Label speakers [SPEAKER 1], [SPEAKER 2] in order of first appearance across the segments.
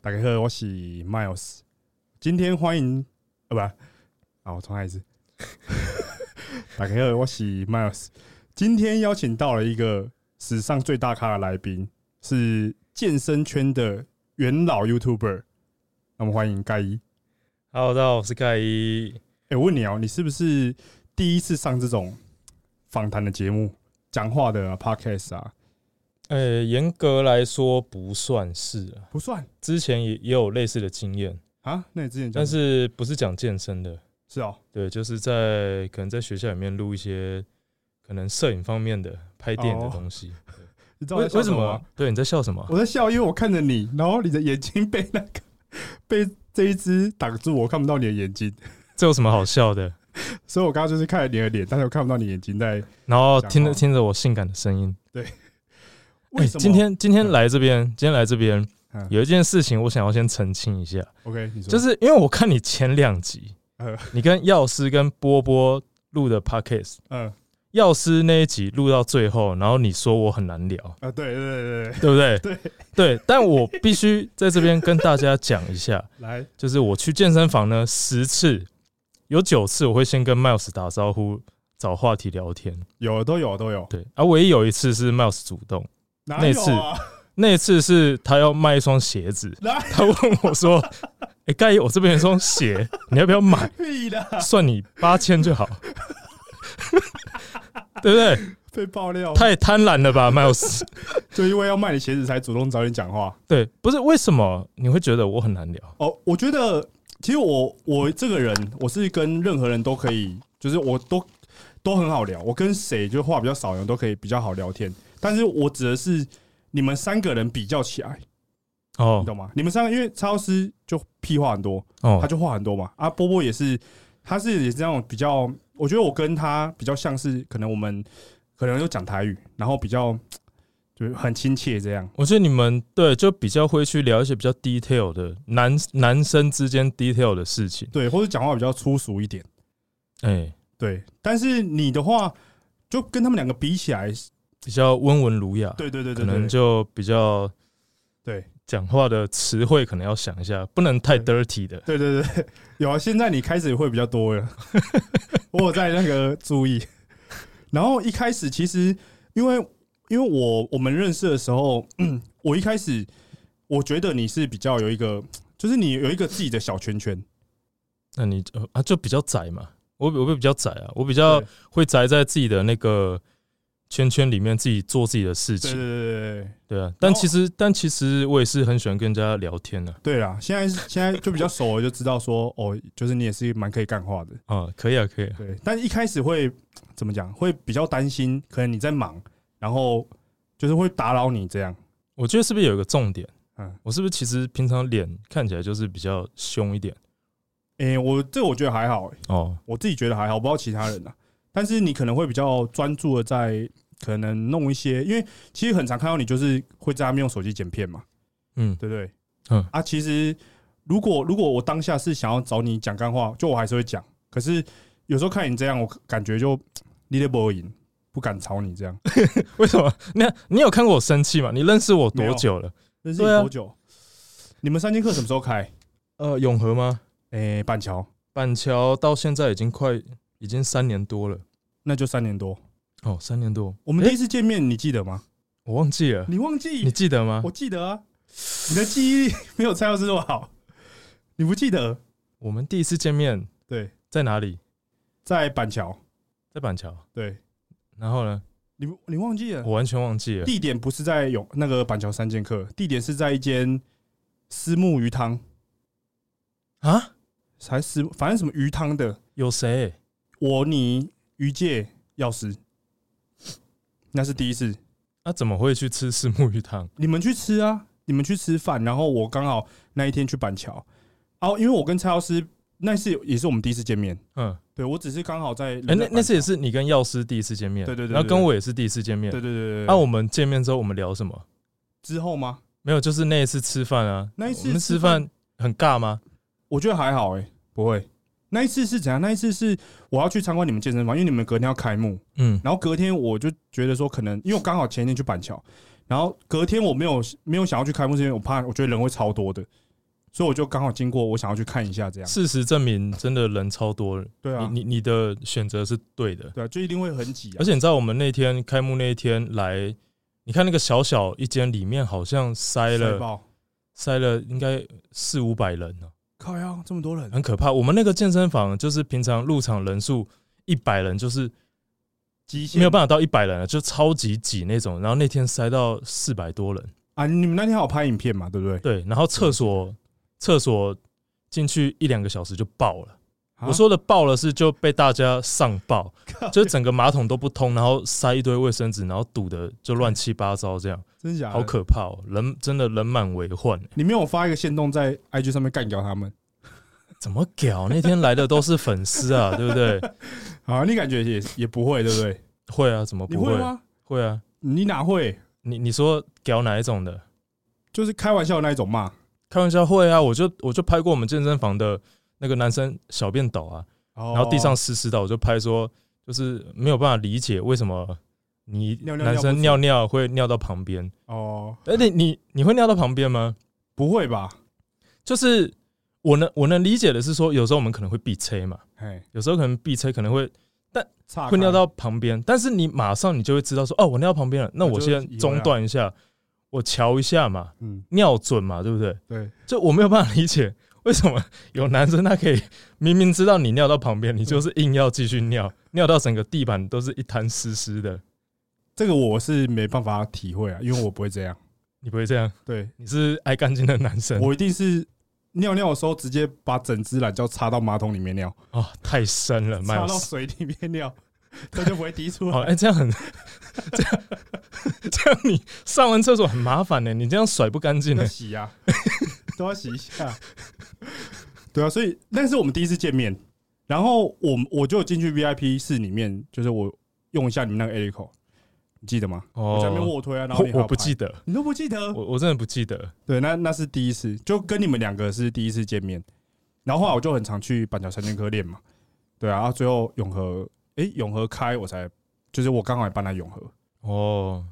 [SPEAKER 1] 大家好，我是 Miles，今天欢迎呃不啊，我重来一次。 大家好，我是 Miles，今天邀请到了一个史上最大咖的来宾，是健身圈的元老 YouTuber，那我们欢迎盖伊。
[SPEAKER 2] Hello，大家好，我是盖伊。
[SPEAKER 1] 哎、我问你哦、你是不是第一次上这种访谈的节目、讲话的、啊、podcast 啊？
[SPEAKER 2] 呃、严格来说不算是啊，
[SPEAKER 1] 不算
[SPEAKER 2] 之前也也有类似的经验，
[SPEAKER 1] 啊，那你之前讲
[SPEAKER 2] 但是不是讲健身的，
[SPEAKER 1] 是哦、
[SPEAKER 2] 对，就是在可能在学校里面录一些可能摄影方面的、拍电影的
[SPEAKER 1] 哦
[SPEAKER 2] 东西。
[SPEAKER 1] 你知道
[SPEAKER 2] 为
[SPEAKER 1] 我在笑
[SPEAKER 2] 为什
[SPEAKER 1] 么
[SPEAKER 2] 么
[SPEAKER 1] 吗
[SPEAKER 2] 啊？对，你在笑什么啊？
[SPEAKER 1] 我在笑，因为我看着你，然后你的眼睛被那个被这一只挡住，我看不到你的眼睛，
[SPEAKER 2] 这有什么好笑的？
[SPEAKER 1] 所以我刚刚就是看着你的脸，但是我看不到你眼睛在
[SPEAKER 2] 然后
[SPEAKER 1] 讲
[SPEAKER 2] 听着
[SPEAKER 1] 话
[SPEAKER 2] 听着我性感的声音。
[SPEAKER 1] 为
[SPEAKER 2] 哎
[SPEAKER 1] 什么。
[SPEAKER 2] 今天今天来这边，今天来这边
[SPEAKER 1] 嗯
[SPEAKER 2] 有一件事情，我想要先澄清一下，
[SPEAKER 1] OK，你说
[SPEAKER 2] 就是因为我看你前两集
[SPEAKER 1] 呃，
[SPEAKER 2] 你跟药师跟波波录的 podcast。
[SPEAKER 1] 嗯
[SPEAKER 2] 药师那一集录到最后，然后你说我很难聊，
[SPEAKER 1] 啊，对对对对对，
[SPEAKER 2] 对不对？
[SPEAKER 1] 对
[SPEAKER 2] 对，但我必须在这边跟大家讲一下，
[SPEAKER 1] 来
[SPEAKER 2] 就是我去健身房呢，十次有九次我会先跟 Miles 打招呼，找话题聊天。
[SPEAKER 1] 有都有都有，
[SPEAKER 2] 对，啊，唯一有一次是 Miles 主动，
[SPEAKER 1] 哪有
[SPEAKER 2] 那次
[SPEAKER 1] 啊？
[SPEAKER 2] 那一次是他要卖一双鞋子，
[SPEAKER 1] 哪
[SPEAKER 2] 他问我说：“ 哎、盖爷，我这边有一双鞋， 你要不要买？
[SPEAKER 1] 屁的，
[SPEAKER 2] 算你八千就好。” 对不对？
[SPEAKER 1] 被爆料，
[SPEAKER 2] 太贪婪了吧，Miles。
[SPEAKER 1] 就因为要卖你鞋子才主动找你讲话。
[SPEAKER 2] 对，不是为什么你会觉得我很难聊？
[SPEAKER 1] 哦，我觉得其实我我这个人，我是跟任何人都可以，就是我都都很好聊，我跟谁就话比较少的人都可以比较好聊天。但是我指的是你们三个人比较起来，你
[SPEAKER 2] 哦
[SPEAKER 1] 懂吗？你们三个因为超师就屁话很多，他
[SPEAKER 2] 哦，
[SPEAKER 1] 就话很多嘛。啊，波波也是，他是也是那种比较，我觉得我跟他比较像是，可能我们可能就讲台语，然后比较就是很亲切这样。
[SPEAKER 2] 我觉得你们对就比较会去聊一些比较 detail 的男男生之间 detail 的事情。
[SPEAKER 1] 对，或者讲话比较粗俗一点。
[SPEAKER 2] 哎、
[SPEAKER 1] 对，但是你的话就跟他们两个比起来，
[SPEAKER 2] 比较温文儒雅，
[SPEAKER 1] 对对对
[SPEAKER 2] 可
[SPEAKER 1] 对
[SPEAKER 2] 能
[SPEAKER 1] 对
[SPEAKER 2] 就比较
[SPEAKER 1] 对
[SPEAKER 2] 讲话的词汇可能要想一下，不能太 dirty 的。
[SPEAKER 1] 对对对，有啊，现在你开始会比较多了，我有在那个注意。然后一开始其实因为因为我我们认识的时候，嗯我一开始我觉得你是比较有一个，就是你有一个自己的小圈圈，
[SPEAKER 2] 那你就啊就比较窄嘛，我我会比较窄啊，我比较会宅在自己的那个圈圈里面，自己做自己的事
[SPEAKER 1] 对对
[SPEAKER 2] 情。
[SPEAKER 1] 对对对
[SPEAKER 2] 对啊，但其实但其实我也是很喜欢跟人家聊天啊的
[SPEAKER 1] 对啦！现在现在就比较熟了，就知道说哦，就是你也是蛮可以干话的。
[SPEAKER 2] 啊，可以啊，可以啊。
[SPEAKER 1] 对，但一开始会怎么讲？会比较担心，可能你在忙，然后就是会打扰你这样。
[SPEAKER 2] 我觉得是不是有一个重点？
[SPEAKER 1] 嗯，
[SPEAKER 2] 我是不是其实平常脸看起来就是比较凶一点？
[SPEAKER 1] 诶、我这个我觉得还好、欸
[SPEAKER 2] 哦，
[SPEAKER 1] 我自己觉得还好，我不知道其他人啊。但是你可能会比较专注的在可能弄一些，因为其实很常看到你就是会在那边用手机剪片嘛，
[SPEAKER 2] 嗯，
[SPEAKER 1] 对不对？
[SPEAKER 2] 嗯
[SPEAKER 1] 啊，其实如果如果我当下是想要找你讲干话，就我还是会讲。可是有时候看你这样，我感觉就你得不赢，不敢吵你这样。
[SPEAKER 2] 为什么？ 那你有看过我生气吗？你认识我
[SPEAKER 1] 没有
[SPEAKER 2] 多久了？
[SPEAKER 1] 认识你
[SPEAKER 2] 对啊
[SPEAKER 1] 多久？你们三节课什么时候开？
[SPEAKER 2] 呃，永和吗？
[SPEAKER 1] 诶、板桥，
[SPEAKER 2] 板桥到现在已经快已经三年多了。
[SPEAKER 1] 那就三年多。
[SPEAKER 2] 哦，三年多，
[SPEAKER 1] 我们第一次见面，你记得吗？
[SPEAKER 2] 我忘记了，
[SPEAKER 1] 你忘
[SPEAKER 2] 你
[SPEAKER 1] 记？
[SPEAKER 2] 记得吗
[SPEAKER 1] 我？记得啊。你的记忆力 没有蔡老师那么好，你不记得？
[SPEAKER 2] 我们第一次见面
[SPEAKER 1] 对，
[SPEAKER 2] 在哪里？
[SPEAKER 1] 在板桥。
[SPEAKER 2] 在板桥。
[SPEAKER 1] 对，
[SPEAKER 2] 然后呢？
[SPEAKER 1] 你你忘记了？
[SPEAKER 2] 我完全忘记了。
[SPEAKER 1] 地点不是在永那个板桥三剑客，地点是在一间私木鱼汤，
[SPEAKER 2] 啊？
[SPEAKER 1] 还是反正什么鱼汤的。
[SPEAKER 2] 有谁？
[SPEAKER 1] 我你鱼界药师，那是第一次。
[SPEAKER 2] 那、啊怎么会去吃四目鱼汤？
[SPEAKER 1] 你们去吃啊，你们去吃饭，然后我刚好那一天去板桥，哦，因为我跟蔡老师那次也是我们第一次见面，
[SPEAKER 2] 嗯，
[SPEAKER 1] 对我只是刚好在，
[SPEAKER 2] 哎、那那次也，是你跟药师第一次见面，
[SPEAKER 1] 对对对对
[SPEAKER 2] 然后跟我也是第一次见面。
[SPEAKER 1] 对对对对，哦，
[SPEAKER 2] 那、啊我们见面之后，我们聊什么？
[SPEAKER 1] 之后吗？
[SPEAKER 2] 没有，就是那一次吃饭啊。
[SPEAKER 1] 那一次
[SPEAKER 2] 我们吃
[SPEAKER 1] 吃饭
[SPEAKER 2] 饭很尬吗？
[SPEAKER 1] 我觉得还好哎、不会。那一次是怎样？那一次是我要去参观你们健身房，因为你们隔天要开幕，
[SPEAKER 2] 嗯，
[SPEAKER 1] 然后隔天我就觉得说可能，因为我刚好前一天去板桥，然后隔天我没有没有想要去开幕，是因为我怕我觉得人会超多的，所以我就刚好经过，我想要去看一下这样。
[SPEAKER 2] 事实证明，真的人超多了。
[SPEAKER 1] 对啊，
[SPEAKER 2] 你你你的选择是对的。
[SPEAKER 1] 对啊，就一定会很挤、啊。
[SPEAKER 2] 而且你知道，我们那天开幕那一天来，你看那个小小一间里面，好像塞
[SPEAKER 1] 塞
[SPEAKER 2] 了
[SPEAKER 1] 爆
[SPEAKER 2] 塞了应该四五百人呢、
[SPEAKER 1] 靠呀，这么多人，
[SPEAKER 2] 很可怕。我们那个健身房就是平常入场人数一百人，就是
[SPEAKER 1] 极限
[SPEAKER 2] 没有办法到一百人了，啊就超级挤那种。然后那天塞到四百多人，
[SPEAKER 1] 啊！你们那天好拍影片嘛，对不对？
[SPEAKER 2] 对。然后厕
[SPEAKER 1] 嗯
[SPEAKER 2] 所厕所进去一两个小时就爆了。
[SPEAKER 1] 啊
[SPEAKER 2] 我说的爆了是就被大家上爆，就是整个马桶都不通，然后塞一堆卫生纸，然后堵的就乱七八糟这样，
[SPEAKER 1] 啊真假的
[SPEAKER 2] 好可怕哦、人真的人满为患、欸
[SPEAKER 1] 你没有发一个线动在 IG 上面干掉他们
[SPEAKER 2] 怎么搞？那天来的都是粉丝 啊，对不对？
[SPEAKER 1] 啊？你感觉也也不会，对不 对？
[SPEAKER 2] 会啊，怎么
[SPEAKER 1] 你
[SPEAKER 2] 不
[SPEAKER 1] 会
[SPEAKER 2] 会？
[SPEAKER 1] 吗？
[SPEAKER 2] 会啊，
[SPEAKER 1] 你哪会？
[SPEAKER 2] 你你说搞哪一种的？
[SPEAKER 1] 就是开玩笑的那一种骂，
[SPEAKER 2] 开玩笑会啊，我就我就拍过我们健身房的那个男生小便斗啊，
[SPEAKER 1] 然
[SPEAKER 2] 然后地
[SPEAKER 1] 哦
[SPEAKER 2] 上湿湿的，我就拍说，就是没有办法理解为什么你
[SPEAKER 1] 尿尿尿
[SPEAKER 2] 男
[SPEAKER 1] 不
[SPEAKER 2] 生
[SPEAKER 1] 出
[SPEAKER 2] 尿尿会尿到旁边。
[SPEAKER 1] 哦，
[SPEAKER 2] 而且你你会尿到旁边吗？
[SPEAKER 1] 不会吧？
[SPEAKER 2] 就是我能我能理解的是说，有时候我们可能会避车嘛，
[SPEAKER 1] 哎，
[SPEAKER 2] 有时候可能避车可能会
[SPEAKER 1] 差
[SPEAKER 2] 会尿到旁边，但是你马上你就会知道说，哦，我尿到旁边了，那
[SPEAKER 1] 我
[SPEAKER 2] 我
[SPEAKER 1] 就
[SPEAKER 2] 先
[SPEAKER 1] 以为啊
[SPEAKER 2] 中断一下，我瞧一下嘛，
[SPEAKER 1] 嗯，
[SPEAKER 2] 尿准嘛，对不对？
[SPEAKER 1] 对，
[SPEAKER 2] 就我没有办法理解为什么有男生他可以明明知道你尿到旁边，你就是硬要继续尿，尿到整个地板都是一滩湿湿的。
[SPEAKER 1] 这个我是没办法体会啊，因为我不会这 样。
[SPEAKER 2] 你不会这样，
[SPEAKER 1] 对
[SPEAKER 2] 你是爱干净的男生
[SPEAKER 1] 我一定是尿尿的时候直接把整只懒觉插到马桶里面尿，
[SPEAKER 2] 哦，太深了，
[SPEAKER 1] 插到
[SPEAKER 2] Miles
[SPEAKER 1] 水里面尿，它就不会滴出
[SPEAKER 2] 好，
[SPEAKER 1] 来。
[SPEAKER 2] 哎、这样很， 这样这样你上完厕所很麻烦呢、你这样甩不干净呢
[SPEAKER 1] 要。洗 呀、都要洗一下。对啊，所以那是我们第一次见面，然后我我就有进去 VIP 室里面，就是我用一下你们那个 a l i c o 你记得吗？我在那边
[SPEAKER 2] 哦，
[SPEAKER 1] 卧推啊，然后
[SPEAKER 2] 我
[SPEAKER 1] 你还有
[SPEAKER 2] 我不
[SPEAKER 1] 拍
[SPEAKER 2] 记，得，
[SPEAKER 1] 你都不记得？
[SPEAKER 2] 我我真的不记得。
[SPEAKER 1] 对，那那是第一次，就跟你们两个是第一次见面。然后后来我就很常去板桥三剑科练嘛，对啊，然后最后永和，诶，永和开我才，就是我刚好也搬来永和，
[SPEAKER 2] 哦，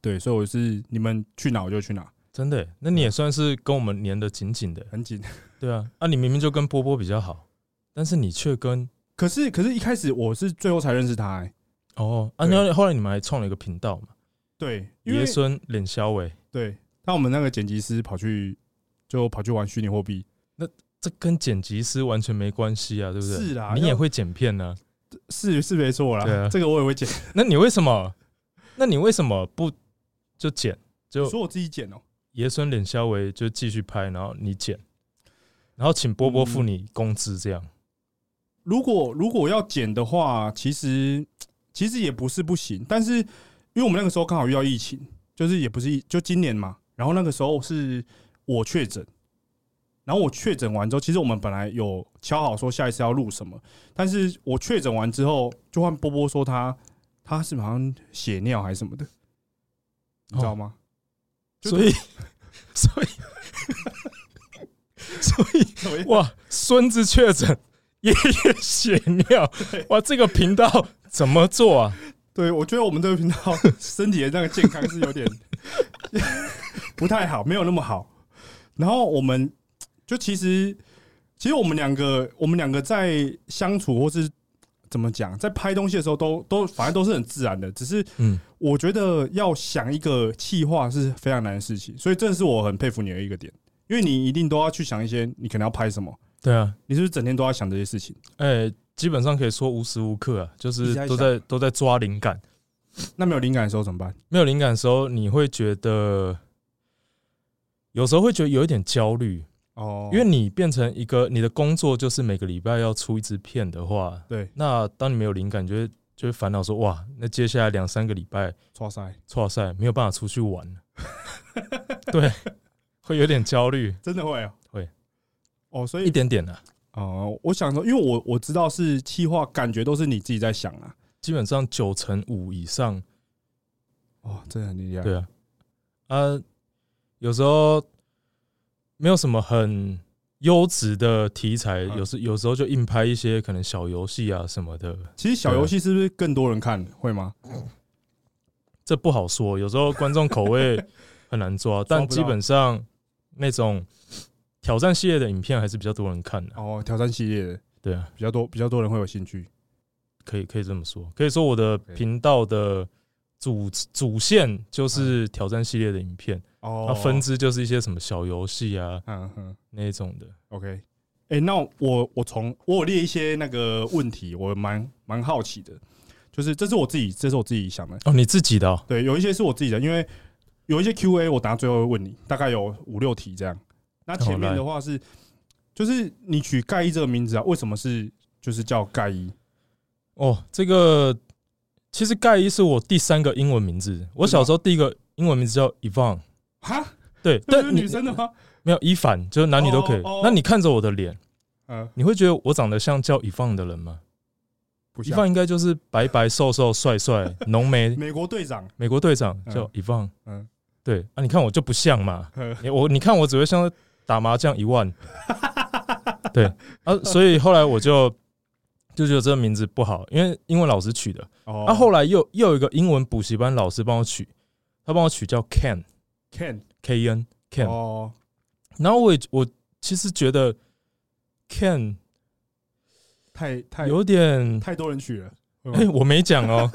[SPEAKER 1] 对，所以我是你们去哪我就去哪，
[SPEAKER 2] 真的欸、那你也算是跟我们粘得紧紧的欸。
[SPEAKER 1] 很紧。
[SPEAKER 2] 对啊，啊，你明明就跟波波比较好，但是你却跟
[SPEAKER 1] 可是可是一开始我是最后才认识他、欸，
[SPEAKER 2] 哦，啊，
[SPEAKER 1] 对
[SPEAKER 2] 那后来你们还创了一个频道嘛，
[SPEAKER 1] 对，因为
[SPEAKER 2] 爷孙脸肖伟，
[SPEAKER 1] 对，但我们那个剪辑师跑去就跑去玩虚拟货币，
[SPEAKER 2] 这跟剪辑师完全没关系啊，对不对？
[SPEAKER 1] 是啦
[SPEAKER 2] 你也
[SPEAKER 1] 要
[SPEAKER 2] 会剪片呢、
[SPEAKER 1] 是是没错
[SPEAKER 2] 对
[SPEAKER 1] 啦，
[SPEAKER 2] 啊
[SPEAKER 1] 这个我也会剪，
[SPEAKER 2] 那你为什么？那你为什么不就剪？就
[SPEAKER 1] 说我自己剪哦、
[SPEAKER 2] 爷孙脸肖维就继续拍，然后你剪，然后请波波付你工资，这样、
[SPEAKER 1] 如果如果要剪的话，其实其实也不是不行，但是因为我们那个时候刚好遇到疫情，就是也不是疫就今年嘛，然后那个时候是我确诊，然后我确诊完之后，其实我们本来有敲好说下一次要录什么，但是我确诊完之后，就换波波说他他是好像血尿还是什么的，你知道吗？ 就
[SPEAKER 2] 所以 所以 所以哇，孙子确诊，爷爷血尿
[SPEAKER 1] 对，
[SPEAKER 2] 哇，这个频道怎么做啊？
[SPEAKER 1] 对，我觉得我们这个频道身体的那个健康是有点 不太好，没有那么好。然后我们就其实，其实我们两个，我们两个在相处或是怎么讲，在拍东西的时候都都反正都是很自然的，只是
[SPEAKER 2] 嗯，
[SPEAKER 1] 我觉得要想一个企划是非常难的事情，所以这是我很佩服你的一个点，因为你一定都要去想一些你可能要拍什么，
[SPEAKER 2] 对啊，
[SPEAKER 1] 你是不是整天都要想这些事情？
[SPEAKER 2] 哎、基本上可以说无时无刻啊，就
[SPEAKER 1] 一
[SPEAKER 2] 是
[SPEAKER 1] 直在
[SPEAKER 2] 都在都在抓灵感。
[SPEAKER 1] 那没有灵感的时候怎么办？
[SPEAKER 2] 没有灵感的时候，你会觉得有时候会觉得有一点焦虑，
[SPEAKER 1] 哦
[SPEAKER 2] 因为你变成一个你的工作就是每个礼拜要出一支片的话，
[SPEAKER 1] 对，
[SPEAKER 2] 那当你没有灵感，就会就会烦恼说哇，那接下来两三个礼拜，
[SPEAKER 1] 抓塞，
[SPEAKER 2] 哇塞，没有办法出去 玩了，对，会有点焦虑，
[SPEAKER 1] 真的会、哦，
[SPEAKER 2] 会
[SPEAKER 1] 哦，所以
[SPEAKER 2] 一点点啊，
[SPEAKER 1] 哦，我想说，因为我我知道是气话，感觉都是你自己在想啊。
[SPEAKER 2] 基本上九成五以上，
[SPEAKER 1] 哦，真的很厉害。
[SPEAKER 2] 对啊，啊，有时候没有什么很优质的题材，
[SPEAKER 1] 嗯
[SPEAKER 2] 有时有时候就硬拍一些可能小游戏啊什么的，
[SPEAKER 1] 其实小游戏是不是更多人看会吗？
[SPEAKER 2] 这不好 说，有时候观众口味很难抓，但
[SPEAKER 1] 不
[SPEAKER 2] 基
[SPEAKER 1] 到
[SPEAKER 2] 本上那种挑战系列的影片还是比较多人看的、啊
[SPEAKER 1] 哦，挑战系列的
[SPEAKER 2] 对啊，
[SPEAKER 1] 比较多，比较多人会有兴趣。
[SPEAKER 2] 可以可以这么说，可以说我的频道的主主线就是挑战系列的影片，
[SPEAKER 1] 嗯哦
[SPEAKER 2] 它分支就是一些什么小游戏啊
[SPEAKER 1] 嗯嗯
[SPEAKER 2] 那一种的。
[SPEAKER 1] ，OK。哎、那我我从我有列一些那个问题，我蛮蛮好奇的，就是这是我自己，这是我自己想的。
[SPEAKER 2] 哦，你自己的、哦，
[SPEAKER 1] 对，有一些是我自己的，因为有一些 Q&A 我答最后会问你，大概有五六题这样。那前面的话是，就是你取盖伊这个名字啊，为什么是就是叫盖伊？
[SPEAKER 2] 哦，这个其实盖伊是我第三个英文名字。我小时候第一个英文名字叫 Evan，
[SPEAKER 1] 哈，
[SPEAKER 2] 对，
[SPEAKER 1] 这是
[SPEAKER 2] 但你
[SPEAKER 1] 女生的吗？
[SPEAKER 2] 没有伊凡，就是男女都可以。
[SPEAKER 1] 哦哦
[SPEAKER 2] 那你看着我的脸，
[SPEAKER 1] 嗯，
[SPEAKER 2] 你会觉得我长得像叫 Evan 的人吗
[SPEAKER 1] 不像
[SPEAKER 2] ？Evan 应该就是白白瘦瘦、帅帅、浓眉
[SPEAKER 1] 美国队长，
[SPEAKER 2] 美国队长叫
[SPEAKER 1] 嗯
[SPEAKER 2] Evan，
[SPEAKER 1] 嗯
[SPEAKER 2] 对啊，你看我就不像嘛，
[SPEAKER 1] 嗯
[SPEAKER 2] 你我你看我只会像打麻将一万，对啊，所以后来我就就觉得这个名字不好，因为英文老师取的，
[SPEAKER 1] 哦
[SPEAKER 2] 啊，后来又又有一个英文补习班老师帮我取，他帮我取叫 Ken
[SPEAKER 1] Ken
[SPEAKER 2] K N Ken，
[SPEAKER 1] 哦，
[SPEAKER 2] 然后我也我其实觉得 Ken
[SPEAKER 1] 太太
[SPEAKER 2] 有点，
[SPEAKER 1] 哎太多人取了，嗯
[SPEAKER 2] 哎，我没讲 哦，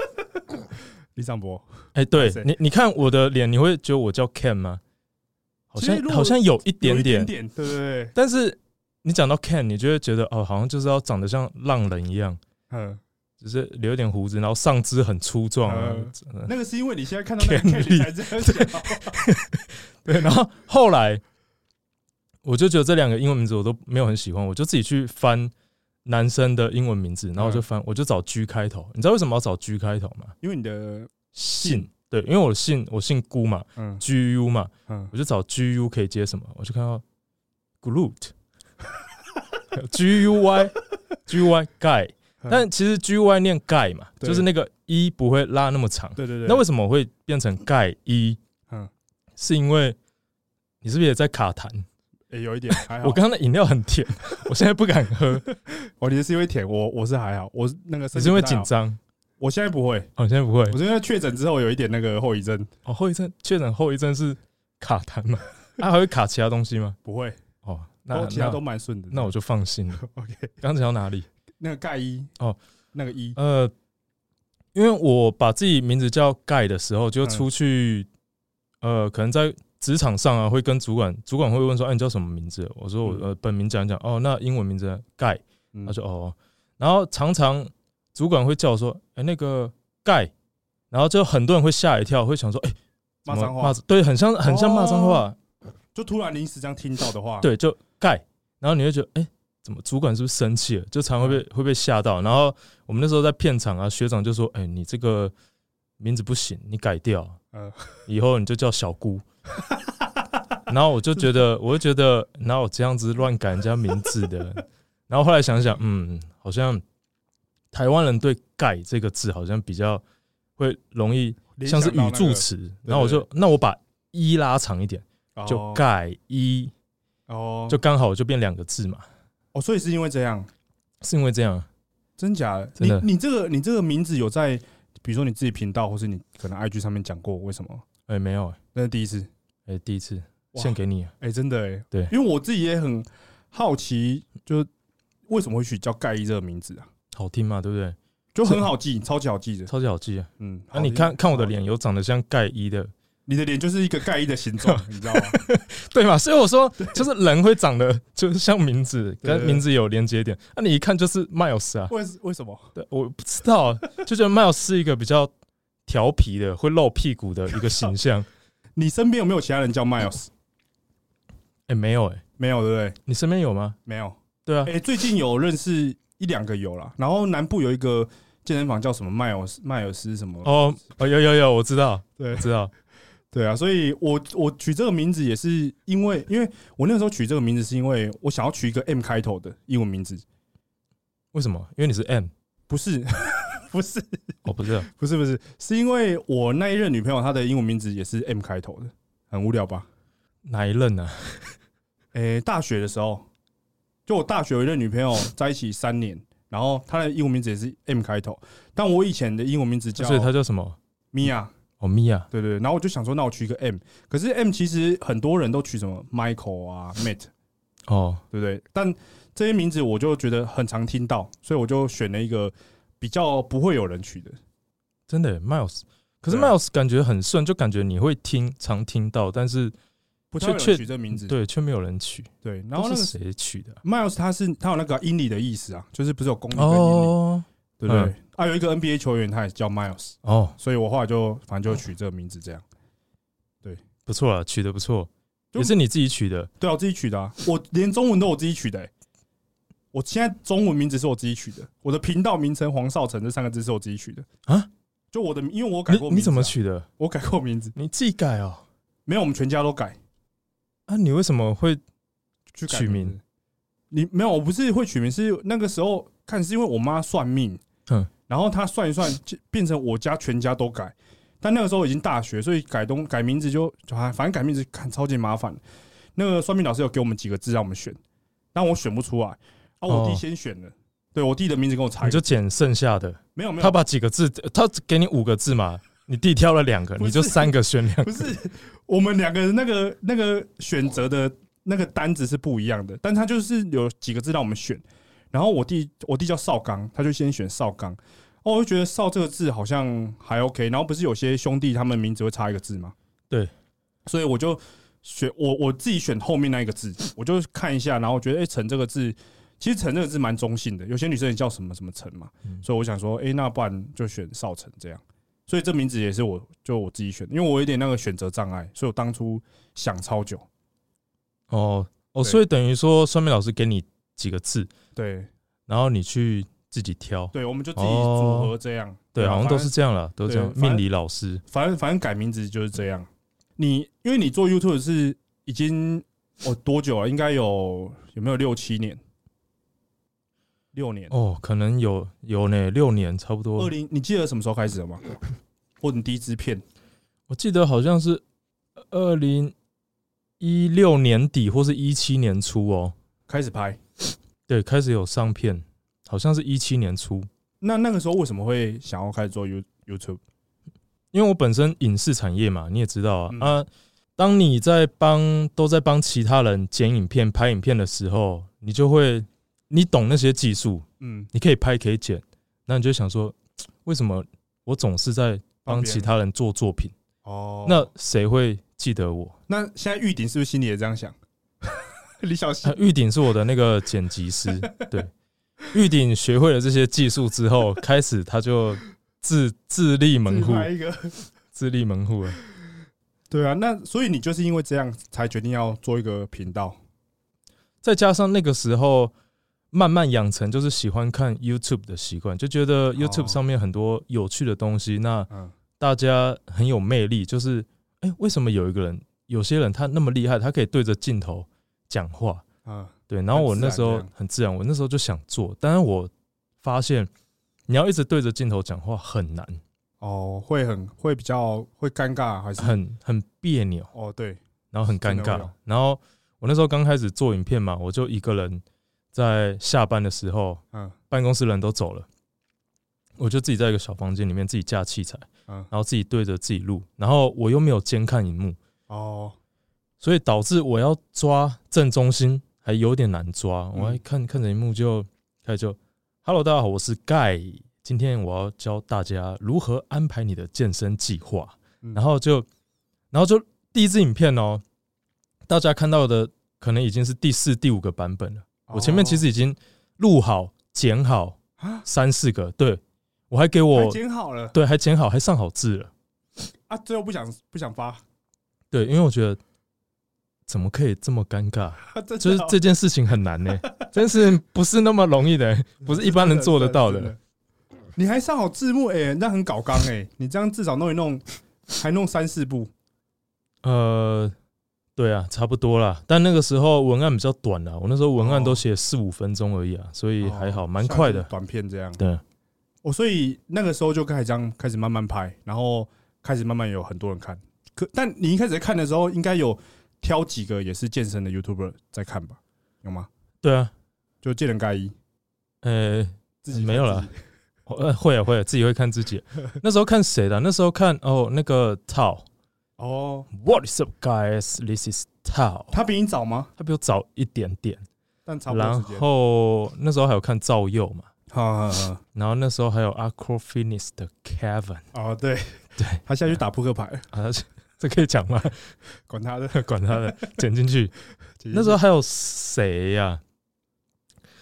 [SPEAKER 1] 李尚博
[SPEAKER 2] 哎，对
[SPEAKER 1] 谁
[SPEAKER 2] 你你看我的脸，你会觉得我叫 Ken 吗？好
[SPEAKER 1] 其实
[SPEAKER 2] 像
[SPEAKER 1] 如果
[SPEAKER 2] 好像有一
[SPEAKER 1] 有
[SPEAKER 2] 点
[SPEAKER 1] 一点
[SPEAKER 2] 点。
[SPEAKER 1] 点，对对 对，
[SPEAKER 2] 但是你讲到 Ken，你就会觉得哦，好像就是要长得像浪人一样，
[SPEAKER 1] 嗯，
[SPEAKER 2] 只是留一点胡子，然后上肢很粗壮啊。
[SPEAKER 1] 那个是因为你现在看到那个
[SPEAKER 2] Ken
[SPEAKER 1] Ken 你才这样讲，
[SPEAKER 2] 对，然后后来我就觉得这两个英文名字我都没有很喜欢，我就自己去翻男生的英文名
[SPEAKER 1] 嗯
[SPEAKER 2] 字，然后我就翻，我就找 G 开头。你知道为什么要找 G 开头吗？
[SPEAKER 1] 因为你的
[SPEAKER 2] 姓对，因为我姓我姓辜嘛
[SPEAKER 1] 嗯
[SPEAKER 2] ，GU 嘛，
[SPEAKER 1] 嗯
[SPEAKER 2] 我就找 GU 可以接什么，我就看到 Groot，G U Y G U Y 盖，
[SPEAKER 1] 嗯
[SPEAKER 2] 但其实 G Y 念盖嘛，
[SPEAKER 1] 对
[SPEAKER 2] 就是那个一不会拉那么长。
[SPEAKER 1] 对对对，
[SPEAKER 2] 那为什么我会变成盖一？
[SPEAKER 1] 嗯
[SPEAKER 2] 是因为你是不是也在卡痰？
[SPEAKER 1] 诶哎有一点还好，
[SPEAKER 2] 我刚刚的饮料很甜， 我现在不敢 喝，
[SPEAKER 1] 哦，你是因为舔我，我是还好，我是那个
[SPEAKER 2] 只
[SPEAKER 1] 身体
[SPEAKER 2] 是因为
[SPEAKER 1] 不太
[SPEAKER 2] 紧
[SPEAKER 1] 好，
[SPEAKER 2] 张。
[SPEAKER 1] 我现在不会，
[SPEAKER 2] 哦，现在不会
[SPEAKER 1] 我。是因为确诊之后有一点那个后遗症，
[SPEAKER 2] 哦，后遗症确诊后遗症是卡痰吗？ 啊，还会卡其他东西吗？
[SPEAKER 1] 不会，
[SPEAKER 2] 哦，那
[SPEAKER 1] 都其他
[SPEAKER 2] 那
[SPEAKER 1] 都蛮顺的。
[SPEAKER 2] 那我就放心了。
[SPEAKER 1] OK，
[SPEAKER 2] 刚才讲到哪里？
[SPEAKER 1] 那个盖一
[SPEAKER 2] 哦，
[SPEAKER 1] 那个一
[SPEAKER 2] 呃，因为我把自己名字叫盖的时候，就
[SPEAKER 1] 嗯
[SPEAKER 2] 出去，呃，可能在职场上啊，会跟主管，主管会问说：“哎、你叫什么名字？”我说我：“
[SPEAKER 1] 嗯
[SPEAKER 2] 呃，本名讲一讲。”哦，那英文名字呢盖，
[SPEAKER 1] 嗯
[SPEAKER 2] 他说：“哦。”然后常常主管会叫我说：“哎、那个盖。”然后就很多人会吓一跳，会想说：“哎、
[SPEAKER 1] 骂
[SPEAKER 2] 怎么
[SPEAKER 1] 脏
[SPEAKER 2] 骂
[SPEAKER 1] 话，
[SPEAKER 2] 脏对，很像很像骂脏话，
[SPEAKER 1] 就突然临时这样听到的话，，
[SPEAKER 2] 对，就盖。”然后你会觉得：“哎、怎么主管是不是生气了？”就常会被、
[SPEAKER 1] 嗯
[SPEAKER 2] 会被吓到。然后我们那时候在片场啊，学长就说：“哎、你这个名字不行，你改掉，
[SPEAKER 1] 呃，
[SPEAKER 2] 以后你就叫小姑。” 然后我就觉得，我就觉得，哪有这样子乱改人家名字的？然后后来想想，嗯，好像台湾人对“盖”这个字好像比较会容易
[SPEAKER 1] 联
[SPEAKER 2] 像
[SPEAKER 1] 想
[SPEAKER 2] 是
[SPEAKER 1] 到那
[SPEAKER 2] 语
[SPEAKER 1] 个
[SPEAKER 2] 助词。然后我就
[SPEAKER 1] 对，
[SPEAKER 2] 那我把“一”拉长一点，就
[SPEAKER 1] 哦
[SPEAKER 2] 盖一，
[SPEAKER 1] 哦，
[SPEAKER 2] 就刚好就变两个字嘛。
[SPEAKER 1] 哦，所以是因为这样，
[SPEAKER 2] 是因为这样，啊
[SPEAKER 1] 真假的？
[SPEAKER 2] 真
[SPEAKER 1] 你
[SPEAKER 2] 的
[SPEAKER 1] 你这个你这个名字有在，比如说你自己频道或是你可能 IG 上面讲过，为什么？
[SPEAKER 2] 哎、没有、哎
[SPEAKER 1] 那是第一次，
[SPEAKER 2] 哎、第一次
[SPEAKER 1] 哇
[SPEAKER 2] 献给你、啊。
[SPEAKER 1] 哎，真的哎，
[SPEAKER 2] 对
[SPEAKER 1] 因为我自己也很好奇，就是为什么会取叫盖伊这个名字啊？
[SPEAKER 2] 好听嘛，对不对？
[SPEAKER 1] 就很好记，超级好记的。
[SPEAKER 2] 超级好记啊！
[SPEAKER 1] 嗯，
[SPEAKER 2] 那、
[SPEAKER 1] 好
[SPEAKER 2] 你看看我的，脸，
[SPEAKER 1] 好
[SPEAKER 2] 有长得像盖一的，
[SPEAKER 1] 你的脸就是一个盖伊的形 状，你知道吗？
[SPEAKER 2] 对嘛？所以我说，就是人会长得 就是像名字，
[SPEAKER 1] 对对
[SPEAKER 2] 跟名字有连接点。那、你一看就是 Miles 啊，
[SPEAKER 1] 为为什么？
[SPEAKER 2] 对，我不知道，啊就觉得 Miles 是一个比较调皮的、会露屁股的一个 形象。
[SPEAKER 1] 你身边有没有其他人叫 Miles？
[SPEAKER 2] 哎、没有哎、
[SPEAKER 1] 没有，对不对？
[SPEAKER 2] 你身边有吗？
[SPEAKER 1] 没有。
[SPEAKER 2] 对啊，
[SPEAKER 1] 哎、最近有认识一两个有啦。然后南部有一个健身房叫什么迈尔斯迈尔斯什么？
[SPEAKER 2] 哦哦，有有有，我知道，
[SPEAKER 1] 对
[SPEAKER 2] 我知道，
[SPEAKER 1] 对啊，所以我我取这个名字也是因为，因为我那个时候取这个名字是因为我想要取一个 M 开头的英文名字，
[SPEAKER 2] 为什么？因为你是 M，
[SPEAKER 1] 不是， 不是，
[SPEAKER 2] 哦，不是啊，
[SPEAKER 1] 不是，不是，是因为我那一任女朋友她的英文名字也是 M 开头的，很无聊吧？
[SPEAKER 2] 哪一任啊？
[SPEAKER 1] 诶、大学的时候，就我大学有一任女朋 友在一起三年，然后她的英文名字也是 M 开头，但我以前的英文名字叫
[SPEAKER 2] 所以他叫什么？
[SPEAKER 1] 米娅，
[SPEAKER 2] 哦，米娅，
[SPEAKER 1] 对对对，然后我就想说，那我取一个 M，可是 M 其实很多人都取什么 Michael 啊、Matt，
[SPEAKER 2] 哦，
[SPEAKER 1] 对不对？但这些名字我就觉得很常听到，所以我就选了一个比较不会有人取的。
[SPEAKER 2] 真的耶 Miles，可是
[SPEAKER 1] 对啊
[SPEAKER 2] Miles 感觉很顺，就感觉你会听常听到，但是
[SPEAKER 1] 不
[SPEAKER 2] 确
[SPEAKER 1] 太有
[SPEAKER 2] 确
[SPEAKER 1] 人取这名字，
[SPEAKER 2] 对却没有人取，
[SPEAKER 1] 对。然后
[SPEAKER 2] 都
[SPEAKER 1] 那个
[SPEAKER 2] 是谁取的啊？
[SPEAKER 1] Miles 他是他有那个英里的意思啊，就是不是有公里跟英里，
[SPEAKER 2] 哦
[SPEAKER 1] 对不对？
[SPEAKER 2] 嗯
[SPEAKER 1] 啊，有一个 NBA 球员他也叫 Miles，
[SPEAKER 2] 哦，
[SPEAKER 1] 所以我后来就反
[SPEAKER 2] 嗯
[SPEAKER 1] 正就取这个名字这样。
[SPEAKER 2] 不错了，取的不错，
[SPEAKER 1] 就
[SPEAKER 2] 也是你自己取的，
[SPEAKER 1] 对啊，我自己取的、啊，我连中文都我自己取的、欸。我现在中文名字是我自己取的，我的频道名称黄少成这三个字是我自己取的
[SPEAKER 2] 啊。
[SPEAKER 1] 就我的，因为我改过名字、啊
[SPEAKER 2] 你你怎么？取的？
[SPEAKER 1] 我改过名字，
[SPEAKER 2] 你自己改哦？
[SPEAKER 1] 没有，我们全家都改
[SPEAKER 2] 啊，你为什么会
[SPEAKER 1] 去改
[SPEAKER 2] 取
[SPEAKER 1] 名
[SPEAKER 2] 名
[SPEAKER 1] 字。你没有，我不是会取名，是那个时候看是因为我妈算命，
[SPEAKER 2] 嗯
[SPEAKER 1] 然后她算一算，就变成我家全家都改。但那个时候已经大学，所以改东改名字就就还反正改名字看超级麻烦。那个算命老师有给我们几个字让我们选，但我选不出来。啊，我
[SPEAKER 2] 哦
[SPEAKER 1] 弟先选的，对我弟的名字跟我差
[SPEAKER 2] 你
[SPEAKER 1] 一个
[SPEAKER 2] 就捡剩下的？
[SPEAKER 1] 没有没
[SPEAKER 2] 他
[SPEAKER 1] 有，
[SPEAKER 2] 把几个字，他给你五个字嘛，你弟挑了两个，
[SPEAKER 1] 不是
[SPEAKER 2] 你就三个选两
[SPEAKER 1] 不
[SPEAKER 2] 个。
[SPEAKER 1] 是我们两个人那个那个选择的那个单子是不一样的，但他就是有几个字让我们选。然后我弟我弟叫邵刚，他就先选邵刚。哦，我就觉得“邵”这个字好像还 OK。然后不是有些兄弟他们名字会差一个字吗？
[SPEAKER 2] 对，
[SPEAKER 1] 所以我就选我我自己选后面那一个字，我就看一下，然后觉得“哎、陈”这个字，其实“陈”这个字蛮中性的。有些女生也叫什么什么陈嘛，
[SPEAKER 2] 嗯
[SPEAKER 1] 所以我想说，哎、那不然就选邵晨这样。所以这名字也是我就我自己选的，因为我有点那个选择障碍，所以我当初想超久。
[SPEAKER 2] 哦
[SPEAKER 1] 对
[SPEAKER 2] 哦，所以等于说算命老师给你几个字，
[SPEAKER 1] 对
[SPEAKER 2] 然后你去自己挑。
[SPEAKER 1] 对，我们就自己组合这样。
[SPEAKER 2] 哦对，
[SPEAKER 1] 啊
[SPEAKER 2] 好像都是这样了，都这样。
[SPEAKER 1] 对反
[SPEAKER 2] 命理老师
[SPEAKER 1] 反正反正改名字就是这样。你因为你做 YouTube 是已经哦多久了？应该有有没有六七年？六年。
[SPEAKER 2] 哦，可能有有呢，六年差不
[SPEAKER 1] 二
[SPEAKER 2] 多。
[SPEAKER 1] 零，你记得什么时候开始的吗？或者你第一支片？
[SPEAKER 2] 我记得好像是二零一六年底或是一七年初哦，
[SPEAKER 1] 开始拍。
[SPEAKER 2] 对，开始有上片，好像是一七年初。
[SPEAKER 1] 那那个时候为什么会想要开始做 You YouTube？
[SPEAKER 2] 因为我本身影视产业嘛，你也知道啊。
[SPEAKER 1] 嗯
[SPEAKER 2] 啊，当你在帮都在帮其他人剪影片、拍影片的时候，你就会你懂那些技术，
[SPEAKER 1] 嗯，
[SPEAKER 2] 你可以拍可以剪，那你就想说，嘖为什么我总是在帮
[SPEAKER 1] 别人
[SPEAKER 2] 其他人做作品？
[SPEAKER 1] 哦
[SPEAKER 2] 那谁会记得我？
[SPEAKER 1] 那现在玉鼎是不是心里也这样想？ 李小新
[SPEAKER 2] 啊，玉鼎是我的那个剪辑师，对。玉鼎学会了这些技术之后，开始他就自自立门户，
[SPEAKER 1] 来一个，
[SPEAKER 2] 自立门户了。
[SPEAKER 1] 对啊，那所以你就是因为这样才决定要做一个频道，
[SPEAKER 2] 再加上那个时候慢慢养成就是喜欢看 YouTube 的习惯，就觉得 YouTube 上面很多有趣的东西，那
[SPEAKER 1] 嗯，
[SPEAKER 2] 大家很有魅力。就是，哎、为什么有一个人，有些人他那么厉害，他可以对着镜头讲话？
[SPEAKER 1] 啊，
[SPEAKER 2] 对，然后我
[SPEAKER 1] 很自然
[SPEAKER 2] 那时候
[SPEAKER 1] 这样
[SPEAKER 2] 很自然，我那时候就想做，但是我发现你要一直对着镜头讲话很难，
[SPEAKER 1] 哦，会很会比较会尴尬还是
[SPEAKER 2] 很很别扭。
[SPEAKER 1] 哦，对，
[SPEAKER 2] 然后很尴
[SPEAKER 1] 真的会
[SPEAKER 2] 尬
[SPEAKER 1] 有。
[SPEAKER 2] 然后我那时候刚开始做影片嘛，我就一个人在下班的时候，
[SPEAKER 1] 嗯
[SPEAKER 2] 办公室人都走了，我就自己在一个小房间里面自己架器材，
[SPEAKER 1] 嗯，
[SPEAKER 2] 然后自己对着自己录，然后我又没有监看荧幕，
[SPEAKER 1] 哦，
[SPEAKER 2] 所以导致我要抓正中心还有点难抓。
[SPEAKER 1] 嗯
[SPEAKER 2] 我还看看着荧幕就开始就，Hello，大家好，我是盖。今天我要教大家如何安排你的健身计划。
[SPEAKER 1] 嗯
[SPEAKER 2] 然后就，然后就第一支影片哦，大家看到的可能已经是第四、第五个版本了。
[SPEAKER 1] 哦
[SPEAKER 2] 我前面其实已经录好、剪好
[SPEAKER 1] 啊
[SPEAKER 2] 三四个，对我还给
[SPEAKER 1] 哦
[SPEAKER 2] 我
[SPEAKER 1] 还剪好了
[SPEAKER 2] 对还剪好，还上好字了。
[SPEAKER 1] 啊，最后不想不想发，
[SPEAKER 2] 对，因为我觉得怎么可以这么尴尬？
[SPEAKER 1] 真的
[SPEAKER 2] 就是
[SPEAKER 1] 哦
[SPEAKER 2] 这件事情很难呢、 真是不是那么容易 的、不是一般人做得到
[SPEAKER 1] 真
[SPEAKER 2] 的。。
[SPEAKER 1] 你还上好字幕哎、那很搞纲哎、你这样至少弄一弄，还弄三四部，
[SPEAKER 2] 呃，对啊，差不多啦。但那个时候文案比较短啦，我那时候文案都写四五分钟而已啊，所以还好，
[SPEAKER 1] 哦
[SPEAKER 2] 蛮快的
[SPEAKER 1] 像。短片这样。
[SPEAKER 2] 对，
[SPEAKER 1] 哦，所以那个时候就开始这样开始慢慢拍，然后开始慢慢有很多人看。可但你一开始看的时候，应该有挑几个也是健身的 YouTuber 在看吧？有吗？
[SPEAKER 2] 对啊，
[SPEAKER 1] 就见人盖伊
[SPEAKER 2] 呃，
[SPEAKER 1] 自己看
[SPEAKER 2] 没有啦
[SPEAKER 1] 自己
[SPEAKER 2] 呃，会啊会啊，自己会看自己。那时候看谁的啊？那时候看哦，那个套
[SPEAKER 1] 哦，
[SPEAKER 2] What is up, guys? This is Tao。
[SPEAKER 1] 他比你早吗？
[SPEAKER 2] 他比我早一点点，
[SPEAKER 1] 但差不多
[SPEAKER 2] 然
[SPEAKER 1] 时间。
[SPEAKER 2] 后那时候还有看赵佑嘛，
[SPEAKER 1] 好好好，
[SPEAKER 2] 然后那时候还有 Aqua Fitness 的 Kevin
[SPEAKER 1] 哦， 对
[SPEAKER 2] 对，
[SPEAKER 1] 他下去打扑克牌 了，
[SPEAKER 2] 啊，这可以讲吗？
[SPEAKER 1] 管他的。
[SPEAKER 2] 管他的，剪进去。
[SPEAKER 1] 姐姐
[SPEAKER 2] 那时候还有谁呀、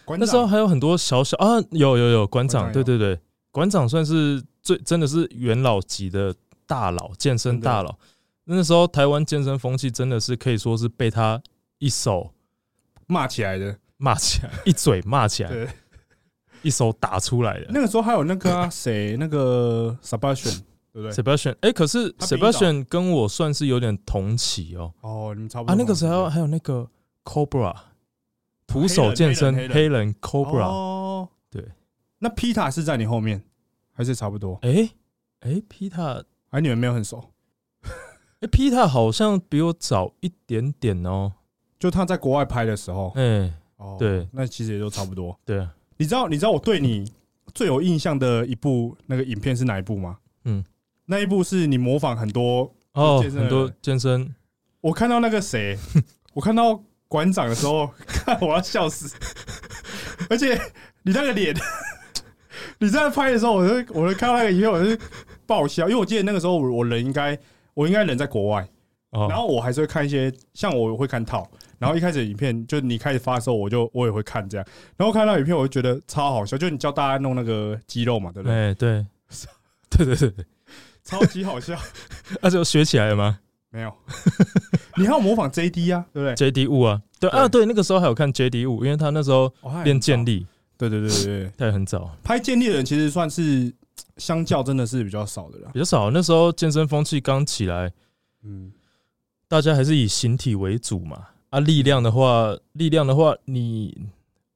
[SPEAKER 1] 馆
[SPEAKER 2] 那时候
[SPEAKER 1] 长
[SPEAKER 2] 还有很多小小啊，有有有馆长，
[SPEAKER 1] 馆长有
[SPEAKER 2] 对对对，馆长算是最真的是元老级的大佬，健身大佬。那时候台湾健身风气真的是可以说是被他一手
[SPEAKER 1] 骂起来的，
[SPEAKER 2] 骂起 来，一嘴骂起来
[SPEAKER 1] 对，
[SPEAKER 2] 一手打出来的。
[SPEAKER 1] 那个时候还有那个啊谁，那个 Sebastian，对不对？
[SPEAKER 2] Sebastian，哎、可是
[SPEAKER 1] 他比你早
[SPEAKER 2] Sebastian 跟我算是有点同期哦。
[SPEAKER 1] 哦，你们差不多
[SPEAKER 2] 啊，
[SPEAKER 1] 嘛。
[SPEAKER 2] 那个时候
[SPEAKER 1] 对
[SPEAKER 2] 还有那个 Cobra 徒手健身
[SPEAKER 1] 黑人
[SPEAKER 2] 黑人
[SPEAKER 1] 不对
[SPEAKER 2] Cobra，
[SPEAKER 1] 哦，
[SPEAKER 2] 对。
[SPEAKER 1] 那 Pita 是在你后面，还是差不多？
[SPEAKER 2] 哎哎，Pita
[SPEAKER 1] 哎，你们没有很熟，
[SPEAKER 2] 哎、p e t e r 好像比我早一点点哦。
[SPEAKER 1] 就他在国外拍的时候。
[SPEAKER 2] 哎、
[SPEAKER 1] 哦，
[SPEAKER 2] 对
[SPEAKER 1] 那其实也都差不多。
[SPEAKER 2] 对啊，
[SPEAKER 1] 你知道，你知道我对你最有印象的一部那个影片是哪一部吗？
[SPEAKER 2] 嗯，
[SPEAKER 1] 那一部是你模仿很多
[SPEAKER 2] 哦，
[SPEAKER 1] 健身的
[SPEAKER 2] 很多健身，
[SPEAKER 1] 我看到那个 谁，我看到馆长的时候，看我要笑死。而且你那个脸，你在拍的时候，我就我就看到那个影片，我就是爆笑，因为我记得那个时候我我人应该我应该人在国外，然
[SPEAKER 2] 哦，
[SPEAKER 1] 后我还是会看一些像我会看套，然后一开始影片就你开始发的时候，我就我也会看这样，然后看到影片我就觉得超好笑，就你教大家弄那个肌肉嘛，对不对？
[SPEAKER 2] 哎、对，对对对对，
[SPEAKER 1] 超级好 笑，
[SPEAKER 2] 那、就学起来了吗
[SPEAKER 1] 没有，你还要模仿 JD 啊，对 不对？
[SPEAKER 2] ？JD 五啊，对啊，
[SPEAKER 1] 对
[SPEAKER 2] 对，那个时候还有看 JD 五，因为他那时候
[SPEAKER 1] 哦他也很
[SPEAKER 2] 练健
[SPEAKER 1] 早
[SPEAKER 2] 力，
[SPEAKER 1] 对对对对 对。
[SPEAKER 2] 他也很早，
[SPEAKER 1] 拍建立的人其实算是相较真的是比较少的啦。
[SPEAKER 2] 比较少。那时候健身风气刚起来，
[SPEAKER 1] 嗯，
[SPEAKER 2] 大家还是以形体为主嘛。啊，力量的话，力量的话，你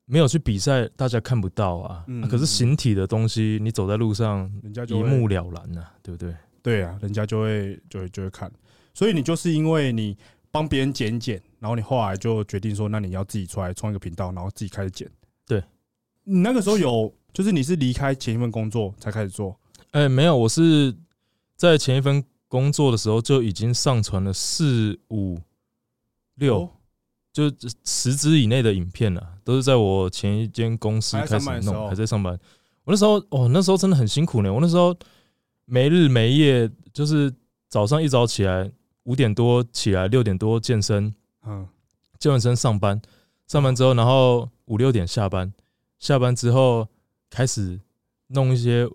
[SPEAKER 2] 没有去比赛，大家看不到啊。
[SPEAKER 1] 嗯
[SPEAKER 2] 啊可是形体的东西，你走在路上
[SPEAKER 1] 人家
[SPEAKER 2] 一
[SPEAKER 1] 就会
[SPEAKER 2] 目了然呐、对不对？
[SPEAKER 1] 对啊，人家就会就会就会看，所以你就是因为你帮别人剪一剪，然后你后来就决定说，那你要自己出来创一个频道，然后自己开始剪。
[SPEAKER 2] 对，
[SPEAKER 1] 你那个时候有就是你是离开前一份工作才开始做
[SPEAKER 2] 哎、没有，我是在前一份工作的时候就已经上传了四五六，
[SPEAKER 1] 哦
[SPEAKER 2] 就十支以内的影片了，都是在我前一间公司
[SPEAKER 1] 还在
[SPEAKER 2] 开
[SPEAKER 1] 上
[SPEAKER 2] 始
[SPEAKER 1] 班的时候
[SPEAKER 2] 弄，还在上班。我那时候，哦，那时候真的很辛苦呢。我那时候没日没夜，就是早上一早起来五点多起来，六点多健身，
[SPEAKER 1] 嗯，
[SPEAKER 2] 健完身上班，上班之后，然后五六点下班，下班之后开始弄一些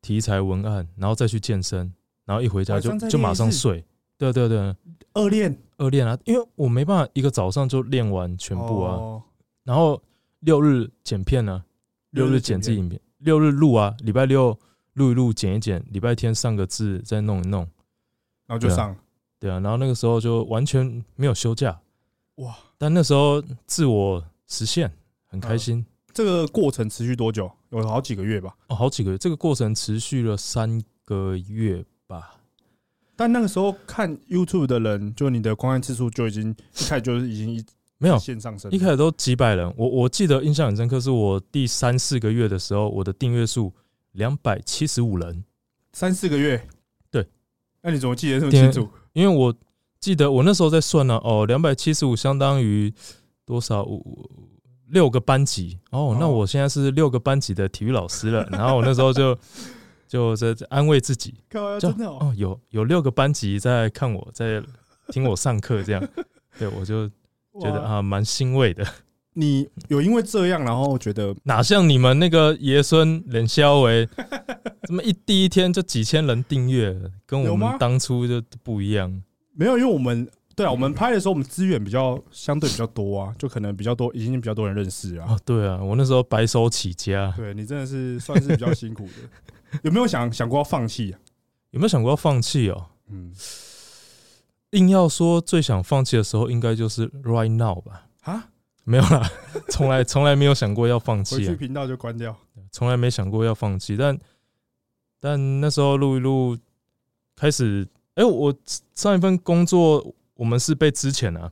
[SPEAKER 2] 题材文案，然后再去健身，然后一回家就
[SPEAKER 1] 晚上再
[SPEAKER 2] 就马
[SPEAKER 1] 哦练一
[SPEAKER 2] 上
[SPEAKER 1] 次
[SPEAKER 2] 睡。对对对，
[SPEAKER 1] 二练
[SPEAKER 2] 二练啊，因为我没办法一个早上就练完全部啊。
[SPEAKER 1] 哦
[SPEAKER 2] 然后六日剪片呢、六日剪自己影片，六日录啊，礼拜六录一录，剪一剪，礼拜天上个字再弄一弄，
[SPEAKER 1] 然后就上了
[SPEAKER 2] 对啊，然后那个时候就完全没有休假，
[SPEAKER 1] 哇，
[SPEAKER 2] 但那时候自我实现很开心、
[SPEAKER 1] 这个过程持续多久？有好几个月吧。
[SPEAKER 2] 哦，好几个月，这个过程持续了三个月吧，
[SPEAKER 1] 但那个时候看 YouTube 的人，就你的观看次数就已经一开始就是已经一
[SPEAKER 2] 没有。
[SPEAKER 1] 线上升
[SPEAKER 2] 哦一开始都几百人，我我记得印象很深刻，是我第三四个月的时候，我的订阅数两百七十五人，
[SPEAKER 1] 三四个月，
[SPEAKER 2] 对，
[SPEAKER 1] 那你怎么记得这么清楚？
[SPEAKER 2] 因为我记得我那时候在算呢、哦，两百七十五相当于多少？五五六个班级哦
[SPEAKER 1] 哦，
[SPEAKER 2] 那我现在是六个班级的体育老师 了。然后我那时候就就在在安慰自己，
[SPEAKER 1] 靠呀
[SPEAKER 2] 就
[SPEAKER 1] 真的哦，
[SPEAKER 2] 哦，有有六个班级在看我，在听我上课，这 样，对我就觉得
[SPEAKER 1] 哇，
[SPEAKER 2] 啊，蛮欣慰的。
[SPEAKER 1] 你有因为这样，然后觉得
[SPEAKER 2] 哪像你们那个爷孙冷肖 维，怎么一第一天就几千人订阅了，跟我
[SPEAKER 1] 有吗
[SPEAKER 2] 们当初就不一样。
[SPEAKER 1] 没有？因为我们对啊，我们拍的时候，我们资源比较相对比较多 啊，就可能比较多，已经比较多人认识啊。
[SPEAKER 2] 哦，对啊，我那时候白手起家，
[SPEAKER 1] 对你真的是算是比较辛苦 的，有没有想想过要放弃啊？
[SPEAKER 2] 有没有想过要放弃哦？
[SPEAKER 1] 嗯，
[SPEAKER 2] 硬要说最想放弃的时候，应该就是 right now 吧？
[SPEAKER 1] 啊，
[SPEAKER 2] 没有啦， 从来从来没有想过要放
[SPEAKER 1] 回
[SPEAKER 2] 弃、
[SPEAKER 1] 去
[SPEAKER 2] 啊，
[SPEAKER 1] 频道就关掉。
[SPEAKER 2] 从来没想过要放弃。但但那时候录一录，开始，哎、我上一份工作我们是被之前啊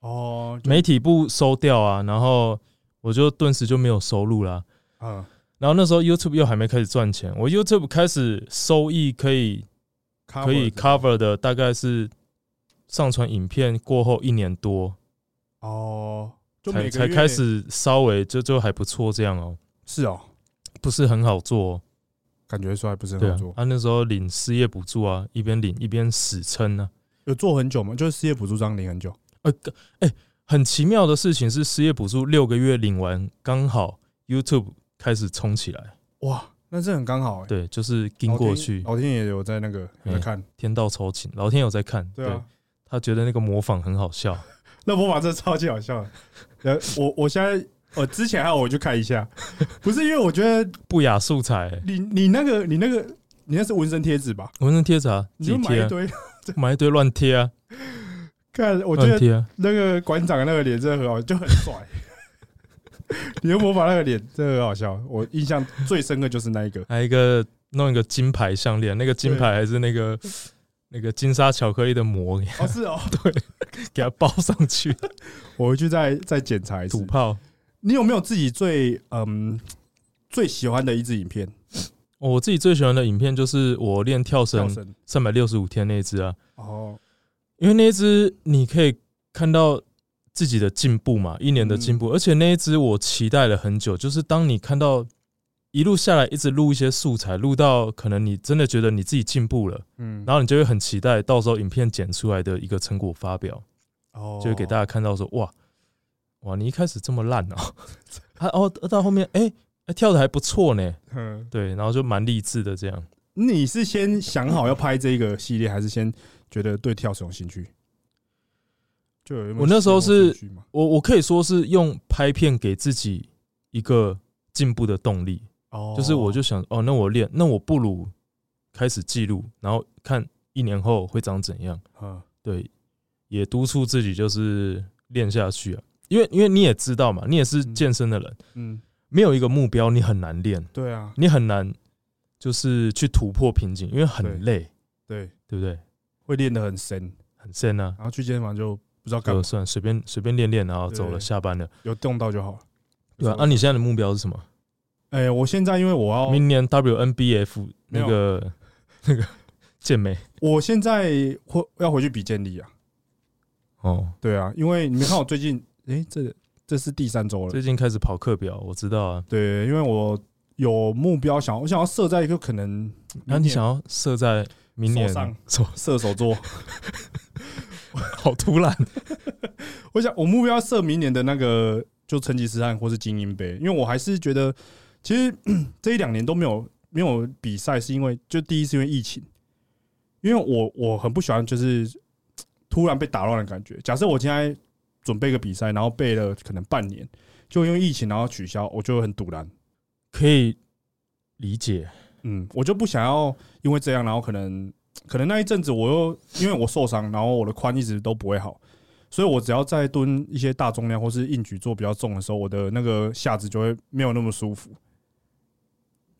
[SPEAKER 1] 哦，就
[SPEAKER 2] 媒体部收掉啊，然后我就顿时就没有收入啦。
[SPEAKER 1] 嗯，
[SPEAKER 2] 然后那时候 YouTube 又还没开始赚钱，我 YouTube 开始收益可以可以
[SPEAKER 1] cover
[SPEAKER 2] cover 的大概是上传影片过后一年多
[SPEAKER 1] 哦，就每
[SPEAKER 2] 才
[SPEAKER 1] 个
[SPEAKER 2] 才
[SPEAKER 1] 月
[SPEAKER 2] 开始稍微就就还不错这样哦、
[SPEAKER 1] 是哦，
[SPEAKER 2] 不是很好做、哦，
[SPEAKER 1] 感觉出来不是
[SPEAKER 2] 对
[SPEAKER 1] 很好
[SPEAKER 2] 啊
[SPEAKER 1] 做，。
[SPEAKER 2] 他、那时候领失业补助啊，一边领一边死撑呢、
[SPEAKER 1] 有做很久吗？就是失业补助这样领很久
[SPEAKER 2] 呃，个哎、很奇妙的事情是，失业补助六个月领完，刚好 YouTube 开始冲起来，
[SPEAKER 1] 哇，那这很刚好哎、
[SPEAKER 2] 对，就是盯过去，
[SPEAKER 1] 老天也有在那个有在
[SPEAKER 2] 嗯
[SPEAKER 1] 看，
[SPEAKER 2] 天道酬勤，老天有在看，
[SPEAKER 1] 对啊，
[SPEAKER 2] 他觉得那个模仿很好笑，
[SPEAKER 1] 那魔法真的超级好笑的。呃，我我现在我之前还有我去看一下，不是因为我觉得
[SPEAKER 2] 不雅素材、
[SPEAKER 1] 你你那个你那个你那是纹身贴纸吧？
[SPEAKER 2] 纹身贴啥？
[SPEAKER 1] 你
[SPEAKER 2] 自
[SPEAKER 1] 就
[SPEAKER 2] 己
[SPEAKER 1] 买
[SPEAKER 2] 贴、
[SPEAKER 1] 一
[SPEAKER 2] 啊，
[SPEAKER 1] 堆，
[SPEAKER 2] 买一堆乱贴啊，
[SPEAKER 1] 看我觉
[SPEAKER 2] 乱
[SPEAKER 1] 得
[SPEAKER 2] 贴啊，
[SPEAKER 1] 那个馆长那个脸真的很好，就很帅。你的魔法那个脸真的很好笑，我印象最深刻就是那一个。
[SPEAKER 2] 还有一个弄一个金牌项链，那个金牌还是那个那个金沙巧克力的膜，
[SPEAKER 1] 哦，是哦，
[SPEAKER 2] 给它包上去，
[SPEAKER 1] 我回去再再检查一
[SPEAKER 2] 土
[SPEAKER 1] 次。
[SPEAKER 2] 炮。
[SPEAKER 1] 你有没有自己最嗯最喜欢的一支影片？
[SPEAKER 2] 哦我自己最喜欢的影片就是我练跳
[SPEAKER 1] 跳
[SPEAKER 2] 绳
[SPEAKER 1] 绳
[SPEAKER 2] 三百六十五天那一支啊，
[SPEAKER 1] 哦，
[SPEAKER 2] 因为那一只你可以看到自己的进步嘛，一年的进步，而且那一只我期待了很久，就是当你看到一路下来一直录一些素材，录到可能你真的觉得你自己进步了，
[SPEAKER 1] 嗯，
[SPEAKER 2] 然后你就会很期待到时候影片剪出来的一个成果发表，
[SPEAKER 1] 后
[SPEAKER 2] 就会给大家看到说哇哇你一开始这么烂哦， 啊哦到后面哎、哎跳的还不错呢，
[SPEAKER 1] 嗯，
[SPEAKER 2] 对，然后就蛮励志的这样。
[SPEAKER 1] 你是先想好要拍这个系列，还是先觉得对跳绳有兴趣？就有没有
[SPEAKER 2] 我那时候是
[SPEAKER 1] 兴趣嘛
[SPEAKER 2] 我我可以说是用拍片给自己一个进步的动力，
[SPEAKER 1] 哦
[SPEAKER 2] 就是我就想哦，那我练，那我不如开始记录，然后看一年后会长怎样。
[SPEAKER 1] 嗯
[SPEAKER 2] 对，也督促自己就是练下去啊，因为因为你也知道嘛，你也是
[SPEAKER 1] 嗯
[SPEAKER 2] 健身的人，
[SPEAKER 1] 嗯，
[SPEAKER 2] 没有一个目标，你很难练，
[SPEAKER 1] 对啊，
[SPEAKER 2] 你很难就是去突破瓶颈，因为
[SPEAKER 1] 对
[SPEAKER 2] 很累，
[SPEAKER 1] 对，
[SPEAKER 2] 对不对？
[SPEAKER 1] 会练得很深，
[SPEAKER 2] 很深啊，
[SPEAKER 1] 然后去健身房就不知道干
[SPEAKER 2] 就
[SPEAKER 1] 嘛，
[SPEAKER 2] 算随便随便练练，然后
[SPEAKER 1] 对
[SPEAKER 2] 走了，下班了，
[SPEAKER 1] 有动到就好了。
[SPEAKER 2] 对吧、啊？那你现在的目标是什么？
[SPEAKER 1] 哎，我现在因为我要，
[SPEAKER 2] 明年 WNBF
[SPEAKER 1] 哦没有
[SPEAKER 2] 那个 那个健美
[SPEAKER 1] 我现在会要回去比健力啊，
[SPEAKER 2] 哦，
[SPEAKER 1] 对啊，因为你们看我最近，哎，这这是第三周了，
[SPEAKER 2] 最近开始跑课表，我知道啊。
[SPEAKER 1] 对，因为我有目标想，我想要设在一个可能
[SPEAKER 2] 那你想要设在明年
[SPEAKER 1] 手上？
[SPEAKER 2] 手
[SPEAKER 1] 射手座，
[SPEAKER 2] 好突然，
[SPEAKER 1] 我想我目标要设明年的那个就成吉思汗或是精英杯，因为我还是觉得其实 这一两年都没有没有比赛，是因为就第一是因为疫情，因为我我很不喜欢就是突然被打乱的感觉。假设我现在准备一个比赛，然后备了可能半年，就因为疫情然后取消，我就会很堵然。
[SPEAKER 2] 可以理解。
[SPEAKER 1] 嗯，我就不想要因为这样，然后可能可能那一阵子我又因为我受伤，然后我的髋一直都不会好，所以我只要在蹲一些大重量或是硬举做比较重的时候，我的那个下肢就会没有那么舒服。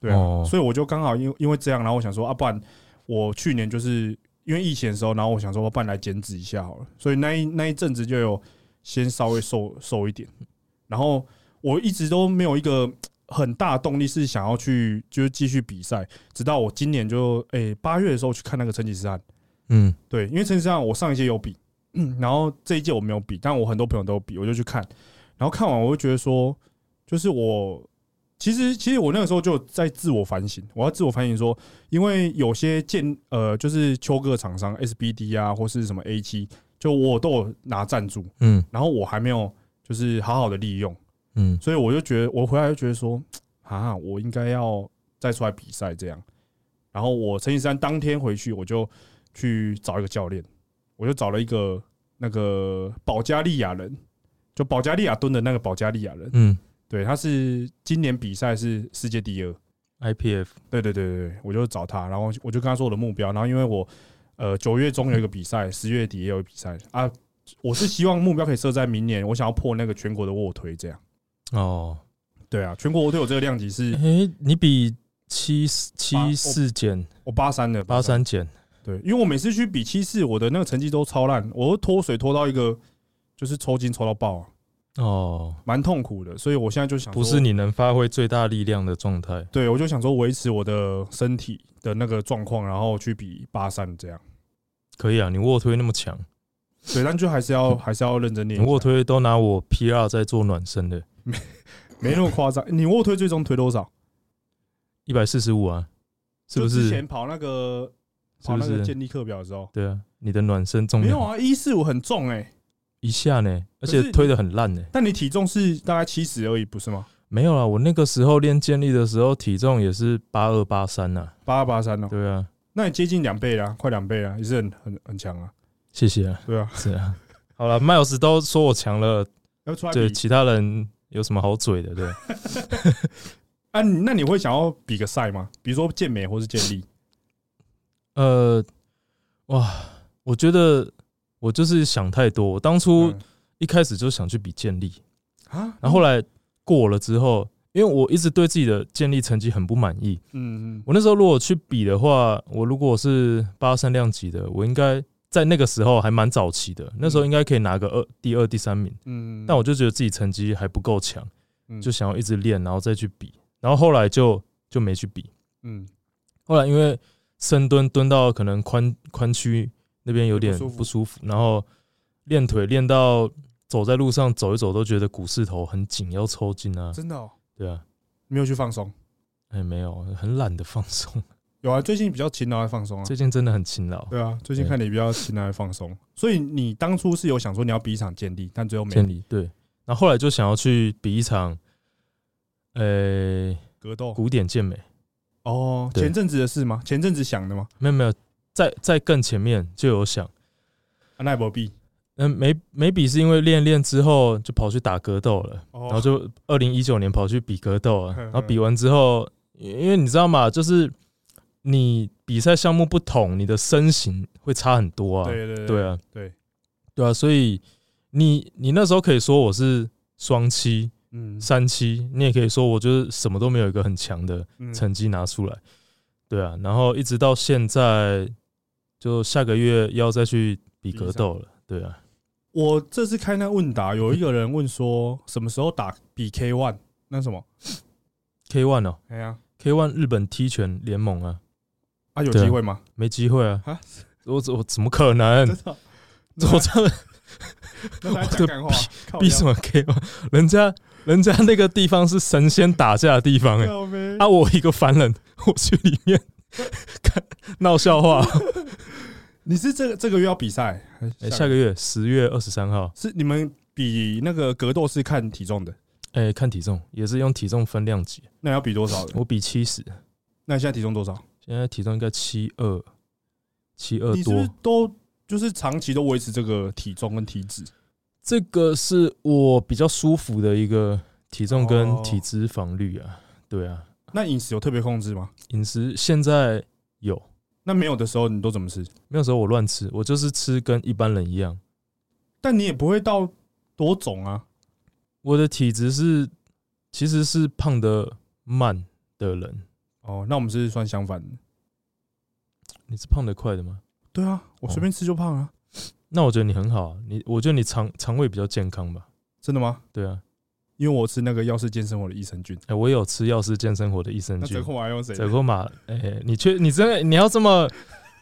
[SPEAKER 1] 对啊，
[SPEAKER 2] 哦
[SPEAKER 1] 所以我就刚好因因为这样，然后我想说啊，不然我去年就是因为疫情的时候，然后我想说，不然来减脂一下好了，所以那一那一阵子就有先稍微瘦瘦一点，然后我一直都没有一个很大的动力是想要去就是继续比赛，直到我今年就诶八、月的时候去看那个成吉思汗，
[SPEAKER 2] 嗯，
[SPEAKER 1] 对，因为成吉思汗我上一届有比， 嗯然后这一届我没有比，但我很多朋友都有比，我就去看，然后看完我就觉得说，就是我其实其实我那个时候就在自我反省，我要自我反省说，因为有些建呃就是秋哥厂商 SBD 啊或是什么 A 七，就我都有拿赞助，
[SPEAKER 2] 嗯
[SPEAKER 1] 然后我还没有就是好好的利用，
[SPEAKER 2] 嗯，
[SPEAKER 1] 所以我就觉得，我回来就觉得说，啊，我应该要再出来比赛这样。然后我成吉思汗当天回去，我就去找一个教练，我就找了一个那个保加利亚人，就保加利亚蹲的那个保加利亚人，
[SPEAKER 2] 嗯
[SPEAKER 1] 对，他是今年比赛是世界第二，
[SPEAKER 2] ，IPF
[SPEAKER 1] 对对对对对，我就找他，然后我就跟他说我的目标，然后因为我呃九月中有一个比赛，十月底也有比赛啊，我是希望目标可以设在明年，我想要破那个全国的卧推这样。
[SPEAKER 2] 哦，
[SPEAKER 1] 对啊，全国我都有这个量级是
[SPEAKER 2] 诶，你比七
[SPEAKER 1] 八
[SPEAKER 2] 七四减
[SPEAKER 1] 我八三的
[SPEAKER 2] 八，三减，
[SPEAKER 1] 对，因为我每次去比七四，我的那个成绩都超烂，我都脱水脱到一个就是抽筋抽到爆、啊，
[SPEAKER 2] 哦，
[SPEAKER 1] 蛮痛苦的。所以我现在就想，
[SPEAKER 2] 不是，你能发挥最大力量的状态。
[SPEAKER 1] 对我就想说维持我的身体的那个状况，然后去比八三这样。
[SPEAKER 2] 可以啊，你卧推那么强，
[SPEAKER 1] 对，但就还是 要还是要认真练
[SPEAKER 2] 你
[SPEAKER 1] 一下。
[SPEAKER 2] 卧推都拿我 PR 在做暖身的，
[SPEAKER 1] 没那么夸张，你卧推最终推多少？
[SPEAKER 2] 一百四十五啊，是不
[SPEAKER 1] 就之
[SPEAKER 2] 是？
[SPEAKER 1] 前跑那个
[SPEAKER 2] 是
[SPEAKER 1] 跑
[SPEAKER 2] 不
[SPEAKER 1] 那个
[SPEAKER 2] 是？
[SPEAKER 1] 健力课表的时候，
[SPEAKER 2] 对啊，你的暖身重
[SPEAKER 1] 没有
[SPEAKER 2] 量
[SPEAKER 1] 啊，一四五很重哎、
[SPEAKER 2] 一下呢，
[SPEAKER 1] 可
[SPEAKER 2] 而
[SPEAKER 1] 是
[SPEAKER 2] 且
[SPEAKER 1] 你
[SPEAKER 2] 推的很烂呢。
[SPEAKER 1] 但你体重是大概七十而已，不是吗？
[SPEAKER 2] 没有啦，我那个时候练健力的时候，体重也是八二八三呐。
[SPEAKER 1] 八二八三哦，
[SPEAKER 2] 对啊，
[SPEAKER 1] 那你接近两倍啦，快两倍啦，也是很很很强啊，
[SPEAKER 2] 谢谢啊，
[SPEAKER 1] 对啊，
[SPEAKER 2] 是 啊。好了，Miles 都说我强了，
[SPEAKER 1] 要出来
[SPEAKER 2] 对
[SPEAKER 1] 比
[SPEAKER 2] 其他人有什么好嘴的？对，
[SPEAKER 1] 啊？你那你会想要比个赛吗？比如说健美或是健力？
[SPEAKER 2] 呃，哇，我觉得我就是想太多。我当初
[SPEAKER 1] 嗯
[SPEAKER 2] 一开始就想去比健力，
[SPEAKER 1] 啊，
[SPEAKER 2] 然后后来过了之后，因为我一直对自己的健力成绩很不满意。
[SPEAKER 1] 嗯，嗯
[SPEAKER 2] 我那时候如果去比的话，我如果是八三量级的，我应该在那个时候还蛮早期的，那时候应该可以拿个二、第二、第三名。
[SPEAKER 1] 嗯，
[SPEAKER 2] 但我就觉得自己成绩还不够强，
[SPEAKER 1] 嗯
[SPEAKER 2] 就想要一直练，然后再去比。然后后来就就没去比，
[SPEAKER 1] 嗯，
[SPEAKER 2] 后来因为深蹲蹲到可能髋髋区那边有点
[SPEAKER 1] 不舒服
[SPEAKER 2] 不舒服，然后练腿练到走在路上走一走都觉得股四头很紧，要抽筋啊。
[SPEAKER 1] 真的哦，
[SPEAKER 2] 对啊，
[SPEAKER 1] 没有去放松。
[SPEAKER 2] 哎、没有，很懒得放 松。
[SPEAKER 1] 有啊，最近比较勤劳在放松啊。
[SPEAKER 2] 最近真的很勤劳，
[SPEAKER 1] 对啊，最近看你比较勤劳在放松，所以你当初是有想说你要比一场健力，但最后没
[SPEAKER 2] 建立对。然后后来就想要去比一场，呃、
[SPEAKER 1] 格斗。
[SPEAKER 2] 古典健美，
[SPEAKER 1] 哦，
[SPEAKER 2] 对
[SPEAKER 1] 前阵子的事吗？前阵子想的吗？
[SPEAKER 2] 没有没有，在在更前面就有想。
[SPEAKER 1] 啊，那也不必。
[SPEAKER 2] 嗯，没没比是因为练练之后就跑去打格斗了，
[SPEAKER 1] 哦嗯
[SPEAKER 2] 然后就二零一九年跑去比格斗了，
[SPEAKER 1] 哼
[SPEAKER 2] 然后比完之后，因因为你知道嘛，就是你比赛项目不同，你的身形会差很多啊，
[SPEAKER 1] 对对
[SPEAKER 2] 对啊，
[SPEAKER 1] 对，
[SPEAKER 2] 对啊，所以你你那时候可以说我是双七、
[SPEAKER 1] 嗯，
[SPEAKER 2] 三七，你也可以说我就是什么都没有一个很强的
[SPEAKER 1] 嗯
[SPEAKER 2] 成绩拿出来，对啊，然后一直到现在，就下个月要再去比
[SPEAKER 1] 比
[SPEAKER 2] 格
[SPEAKER 1] 上
[SPEAKER 2] 斗了，对啊，
[SPEAKER 1] 我这次开那问答，有一个人问说什么时候打比 K one 那什么？
[SPEAKER 2] K one 哦。
[SPEAKER 1] 哎呀，
[SPEAKER 2] K One 日本踢拳联盟啊，
[SPEAKER 1] 啊有
[SPEAKER 2] 对啊
[SPEAKER 1] 机会吗？
[SPEAKER 2] 没机会啊！
[SPEAKER 1] 啊，
[SPEAKER 2] 我我怎么可能？
[SPEAKER 1] 真的？
[SPEAKER 2] 我嗯这
[SPEAKER 1] 那来
[SPEAKER 2] 我
[SPEAKER 1] 讲
[SPEAKER 2] 的
[SPEAKER 1] 干话，靠
[SPEAKER 2] 比什么 K One？人家人家那个地方是神仙打架的地方哎、
[SPEAKER 1] 腰？靠呗
[SPEAKER 2] 啊，我一个凡人，我去里面 看闹笑 话。
[SPEAKER 1] 你是这个这个月要比赛？
[SPEAKER 2] 哎、
[SPEAKER 1] 还是
[SPEAKER 2] 下个月十月二十三号，
[SPEAKER 1] 是你们比那个格斗是看体重的，
[SPEAKER 2] 哎、看体重也是用体重分量级，
[SPEAKER 1] 那要比多少的？
[SPEAKER 2] 我比七十，
[SPEAKER 1] 那你现在体重多少？
[SPEAKER 2] 现在体重应该七二，七二
[SPEAKER 1] 你是不
[SPEAKER 2] 多
[SPEAKER 1] 是。都就是长期都维持这个体重跟体脂？
[SPEAKER 2] 这个是我比较舒服的一个体重跟
[SPEAKER 1] 哦
[SPEAKER 2] 体脂肪率啊，对啊。
[SPEAKER 1] 那饮食有特别控制吗？
[SPEAKER 2] 饮食现在有，
[SPEAKER 1] 那没有的时候你都怎么吃？
[SPEAKER 2] 没有时候我乱吃，我就是吃跟一般人一样。
[SPEAKER 1] 但你也不会到多肿啊。
[SPEAKER 2] 我的体质是其实是胖的慢的人，
[SPEAKER 1] 哦，那我们是算相反的。
[SPEAKER 2] 你是胖的快的吗？
[SPEAKER 1] 对啊，我
[SPEAKER 2] 哦
[SPEAKER 1] 随便吃就胖啊。
[SPEAKER 2] 那我觉得你很好、啊，你我觉得你肠肠胃比较健康吧？
[SPEAKER 1] 真的吗？
[SPEAKER 2] 对啊，
[SPEAKER 1] 因为我吃那个药师健生活的益生菌，
[SPEAKER 2] 哎、我也有吃药师健生活的益生
[SPEAKER 1] 那折
[SPEAKER 2] 菌，
[SPEAKER 1] 扣码用谁？
[SPEAKER 2] 折扣码，哎、你确你真的你要这么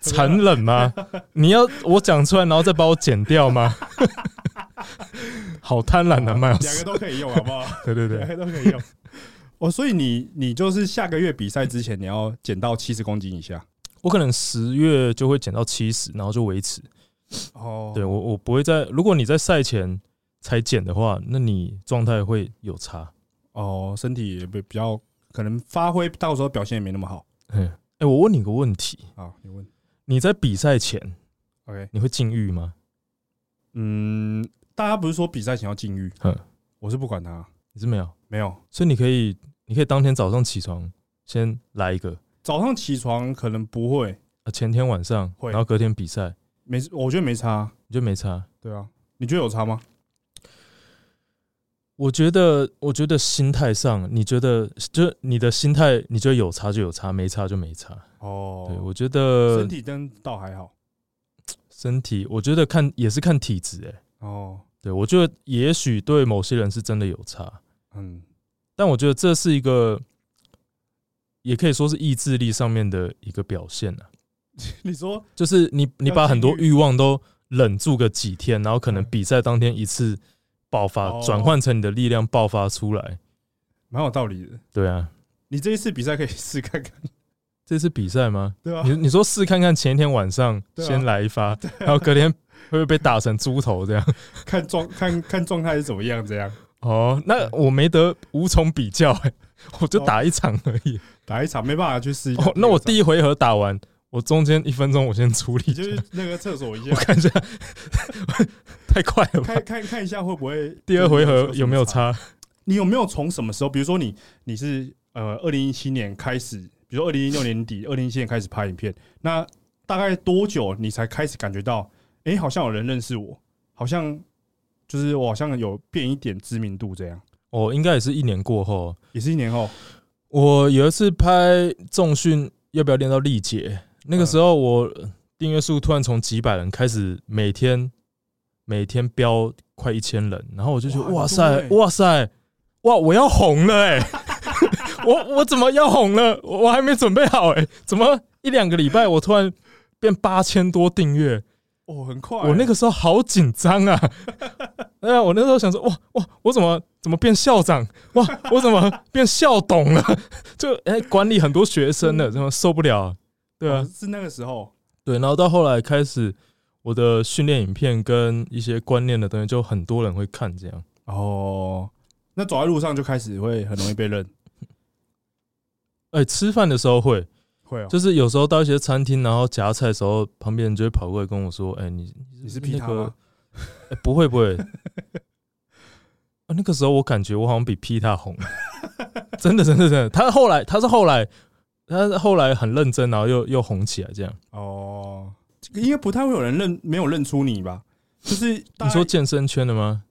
[SPEAKER 2] 残忍吗？你要我讲出来，然后再把我剪掉吗？ 好贪婪的麦
[SPEAKER 1] 两
[SPEAKER 2] 老
[SPEAKER 1] 个
[SPEAKER 2] 师，
[SPEAKER 1] 都可以用，好不好？
[SPEAKER 2] 对对
[SPEAKER 1] 两
[SPEAKER 2] 对，
[SPEAKER 1] 个 都可以用。哦，所以你你就是下个月比赛之前，你要减到七十公斤以下。
[SPEAKER 2] 我可能十月就会减到七十，然后就维持。
[SPEAKER 1] 哦
[SPEAKER 2] 对我，我不会在。如果你在赛前才减的话，那你状态会有差。
[SPEAKER 1] 哦，身体也比比较可能发挥到时候表现也没那么好。
[SPEAKER 2] 嗯，哎、我问你个问题：
[SPEAKER 1] 好，你问。
[SPEAKER 2] 你在比赛前
[SPEAKER 1] OK，
[SPEAKER 2] 你会禁欲吗？
[SPEAKER 1] 嗯，大家不是说比赛前要禁欲
[SPEAKER 2] 嗯，
[SPEAKER 1] 我是不管他，
[SPEAKER 2] 你是没有，
[SPEAKER 1] 没有。
[SPEAKER 2] 所以你可以，你可以当天早上起床先来一个，
[SPEAKER 1] 早上起床可能不会，
[SPEAKER 2] 啊，前天晚上，
[SPEAKER 1] 会
[SPEAKER 2] 然后隔天比赛，
[SPEAKER 1] 没，我觉得没差。
[SPEAKER 2] 你就没差。
[SPEAKER 1] 对啊，你觉得有差吗？
[SPEAKER 2] 我觉得，我觉得心态上，你觉得就是你的心态，你觉得有差就有差，没差就没差。对，
[SPEAKER 1] 哦，
[SPEAKER 2] 我呃觉得
[SPEAKER 1] 身体灯倒还好。
[SPEAKER 2] 身体我觉得看也是看体质、欸，哎，
[SPEAKER 1] 哦，
[SPEAKER 2] 对我觉得也许对某些人是真的有差，
[SPEAKER 1] 嗯，
[SPEAKER 2] 但我觉得这是一个，也可以说是意志力上面的一个表现啊。
[SPEAKER 1] 你说
[SPEAKER 2] 就是你你
[SPEAKER 1] 要
[SPEAKER 2] 把
[SPEAKER 1] 禁
[SPEAKER 2] 很多
[SPEAKER 1] 欲
[SPEAKER 2] 欲望都忍住个几天，然后可能
[SPEAKER 1] 嗯
[SPEAKER 2] 比赛当天一次爆发
[SPEAKER 1] 哦，
[SPEAKER 2] 转换成你的力量爆发出来。
[SPEAKER 1] 蛮有道理的。
[SPEAKER 2] 对啊，
[SPEAKER 1] 你这一次比赛可以试看看，
[SPEAKER 2] 这次比赛吗？
[SPEAKER 1] 对吧、
[SPEAKER 2] 你你说试看看，前一天晚上
[SPEAKER 1] 哦对啊
[SPEAKER 2] 先来一发，然后隔天会不会被打成猪头这样？
[SPEAKER 1] 看状看看状态是怎么样，这样
[SPEAKER 2] 哦，那我没得无从比较、欸，我就
[SPEAKER 1] 哦
[SPEAKER 2] 打一场而已。
[SPEAKER 1] 打一场没办法去试一下
[SPEAKER 2] 哦，那我第
[SPEAKER 1] 一
[SPEAKER 2] 一回合打完，我中间一分钟我先处理
[SPEAKER 1] 你
[SPEAKER 2] 一下
[SPEAKER 1] 就，是那个厕所一下
[SPEAKER 2] 我，看一下，太快了吧
[SPEAKER 1] 看？看看一下会不会
[SPEAKER 2] 第二回合有没有？差？
[SPEAKER 1] 你有没有从什么时候？比如说你你是呃二零一七年开始，比如说二零一六年底、二零一七年开始拍影片，那大概多久你才开始感觉到，哎、好像有人认识我，好像就是我好像有变一点知名度，这样
[SPEAKER 2] 哦，应该也是一年过后。
[SPEAKER 1] 也是一年后，
[SPEAKER 2] 我有一次拍重训，要不要练到力竭？那个时候我订阅数突然从几百人开始，每天每天飙快一千人，然后我就觉得
[SPEAKER 1] 哇
[SPEAKER 2] 哇
[SPEAKER 1] 很多
[SPEAKER 2] 塞
[SPEAKER 1] 欸
[SPEAKER 2] 哇塞哇，我要红了哎、 我我怎么要红了？我我还没准备好哎、怎么一两个礼拜我突然变八千多订阅？
[SPEAKER 1] 哦，很快、
[SPEAKER 2] 我那个时候好啊紧张 啊！哎呀，我那时候想说，哇哇，我怎么怎么变校长？哇，我怎么变校董了？ 就哎、管理很多学生了，怎么受不了啊、对啊
[SPEAKER 1] 哦，是那个时候，
[SPEAKER 2] 对。然后到后来开始，我的训练影片跟一些观念的东西，就很多人会看这样。
[SPEAKER 1] 哦，那走在路上就开始会很容易被认，
[SPEAKER 2] 哎、吃饭的时候 会，
[SPEAKER 1] 会哦，
[SPEAKER 2] 就是有时候到一些餐厅，然后夹菜的时候，旁边人就会跑过来跟我说：“哎、你
[SPEAKER 1] 你是
[SPEAKER 2] 那
[SPEAKER 1] 皮塔
[SPEAKER 2] 个
[SPEAKER 1] 吗？
[SPEAKER 2] 哎、不会不 会。啊那个时候我感觉我好像比 P 他红， 真的真的真的。他后来他是后来他后来很认真，然后又又红起来这样。
[SPEAKER 1] 哦，这个应该不太会有人认没有认出你吧？就是大
[SPEAKER 2] 你
[SPEAKER 1] 家
[SPEAKER 2] 说健身圈的吗？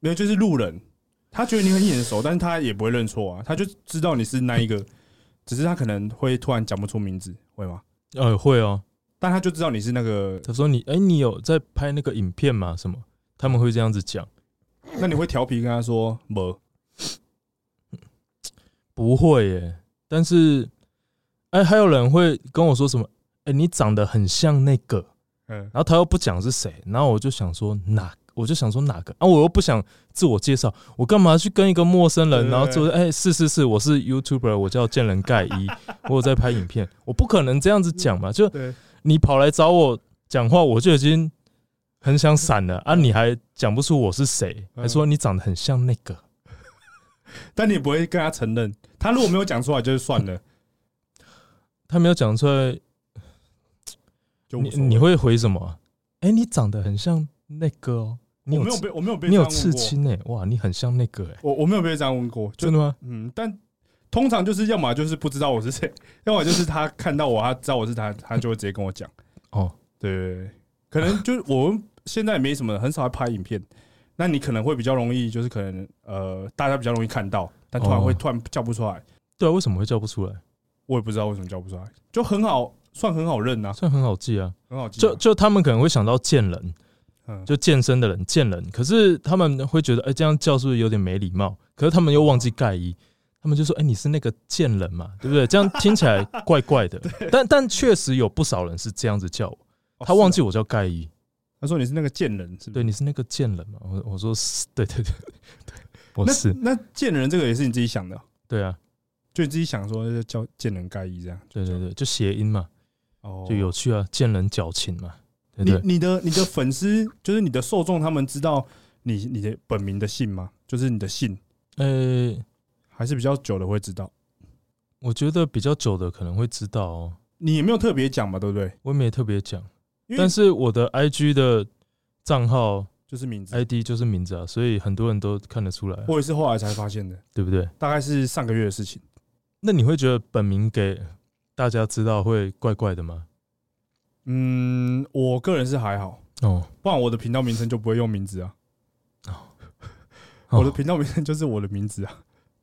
[SPEAKER 1] 没有，就是路人，他觉得你很眼熟，但是他也不会认错啊，他就知道你是那一 个，只是他可能会突然讲不出名字，会吗？
[SPEAKER 2] 呃，会哦。
[SPEAKER 1] 但他就知道你是那 个，
[SPEAKER 2] 他说你哎、你有在拍那个影片吗？什么？他们会这样子讲？
[SPEAKER 1] 那你会调皮跟他说没？
[SPEAKER 2] 不会耶。但是哎、还有人会跟我说什么？哎、你长得很像那个。
[SPEAKER 1] 嗯，
[SPEAKER 2] 然后他又不讲是谁，然后我就想说哪，我就想说哪个啊，我又不想自我介绍，我干嘛去跟一个陌生人，
[SPEAKER 1] 对
[SPEAKER 2] 然后做
[SPEAKER 1] 对
[SPEAKER 2] 哎是是是，我是 YouTuber，我叫见人盖伊，我有在拍影片，我不可能这样子讲嘛，就
[SPEAKER 1] 对，
[SPEAKER 2] 你跑来找我讲话，我就已经很想闪了啊，你还讲不出我是谁，还说你长得很像那个，
[SPEAKER 1] 但你也不会跟他承认，他如果没有讲出来就是算了，
[SPEAKER 2] 他没有讲出来，
[SPEAKER 1] 就无
[SPEAKER 2] 你
[SPEAKER 1] 所谓
[SPEAKER 2] 你会回什么啊？哎，你长得很像那个哦，你
[SPEAKER 1] 我
[SPEAKER 2] 有
[SPEAKER 1] 没有
[SPEAKER 2] 刺
[SPEAKER 1] 被我没有被
[SPEAKER 2] 你有
[SPEAKER 1] 这样问
[SPEAKER 2] 刺
[SPEAKER 1] 过，
[SPEAKER 2] 青哎，哇，你很像那个哎，
[SPEAKER 1] 我我没有被这样问过，就
[SPEAKER 2] 真的吗？
[SPEAKER 1] 嗯，但通常就是要么就是不知道我是谁， 要么就是他看到我，他知道我是他，他就会直接跟我讲。
[SPEAKER 2] 哦，
[SPEAKER 1] 对对，对可能就是我们现在没什么，很少在拍影片，那你可能会比较容易，就是可能呃，大家比较容易看到，但突然会
[SPEAKER 2] 哦
[SPEAKER 1] 突然叫不出来，
[SPEAKER 2] 对啊，为什么会叫不出来？
[SPEAKER 1] 我也不知道为什么叫不出来，就很好，算很好认啊，
[SPEAKER 2] 算很好记啊。
[SPEAKER 1] 很好记啊。
[SPEAKER 2] 就就他们可能会想到健人，
[SPEAKER 1] 嗯，
[SPEAKER 2] 就健身的人，健人。可是他们会觉得，哎、这样叫是不是有点没礼貌？可是他们又忘记盖伊，他们就说，哎、你是那个健人嘛，对不对？这样听起来怪怪 的。但但确实有不少人是这样子叫我，
[SPEAKER 1] 哦
[SPEAKER 2] 他忘，
[SPEAKER 1] 是嗯
[SPEAKER 2] 记我叫盖伊。
[SPEAKER 1] 啊他说你是那个贱人，是不
[SPEAKER 2] 对，
[SPEAKER 1] 是？
[SPEAKER 2] 你是那个健人嘛？我我说是， 对对对对，我
[SPEAKER 1] 那
[SPEAKER 2] 是，
[SPEAKER 1] 那贱人这个也是你自己想的哦，
[SPEAKER 2] 对啊，
[SPEAKER 1] 就你自己想说就叫贱人盖伊这样，
[SPEAKER 2] 对对对，就谐音嘛，
[SPEAKER 1] 哦，
[SPEAKER 2] 就有趣啊，健人矫情嘛，对
[SPEAKER 1] 你
[SPEAKER 2] 不对？
[SPEAKER 1] 你的你的粉丝就是你的受众，他们知道你你的本名的姓吗？就是你的姓，
[SPEAKER 2] 呃、
[SPEAKER 1] 还是比较久的会知道。
[SPEAKER 2] 我觉得比较久的可能会知道哦，
[SPEAKER 1] 你也没有特别讲嘛，对不对？
[SPEAKER 2] 我也没特别讲。
[SPEAKER 1] 因为
[SPEAKER 2] 但是我的 IG 的账号
[SPEAKER 1] 就是名字，
[SPEAKER 2] ID 就是名字啊，所以很多人都看得出来啊、
[SPEAKER 1] 我也是后来才发现的，
[SPEAKER 2] 对不对？
[SPEAKER 1] 大概是上个月的事情。
[SPEAKER 2] 那你会觉得本名给大家知道会怪怪的吗？
[SPEAKER 1] 嗯，我个人是还好，
[SPEAKER 2] 哦，
[SPEAKER 1] 不然我的频道名称就不会用名字啊。
[SPEAKER 2] 哦
[SPEAKER 1] 我的频道名称就是我的名字 啊。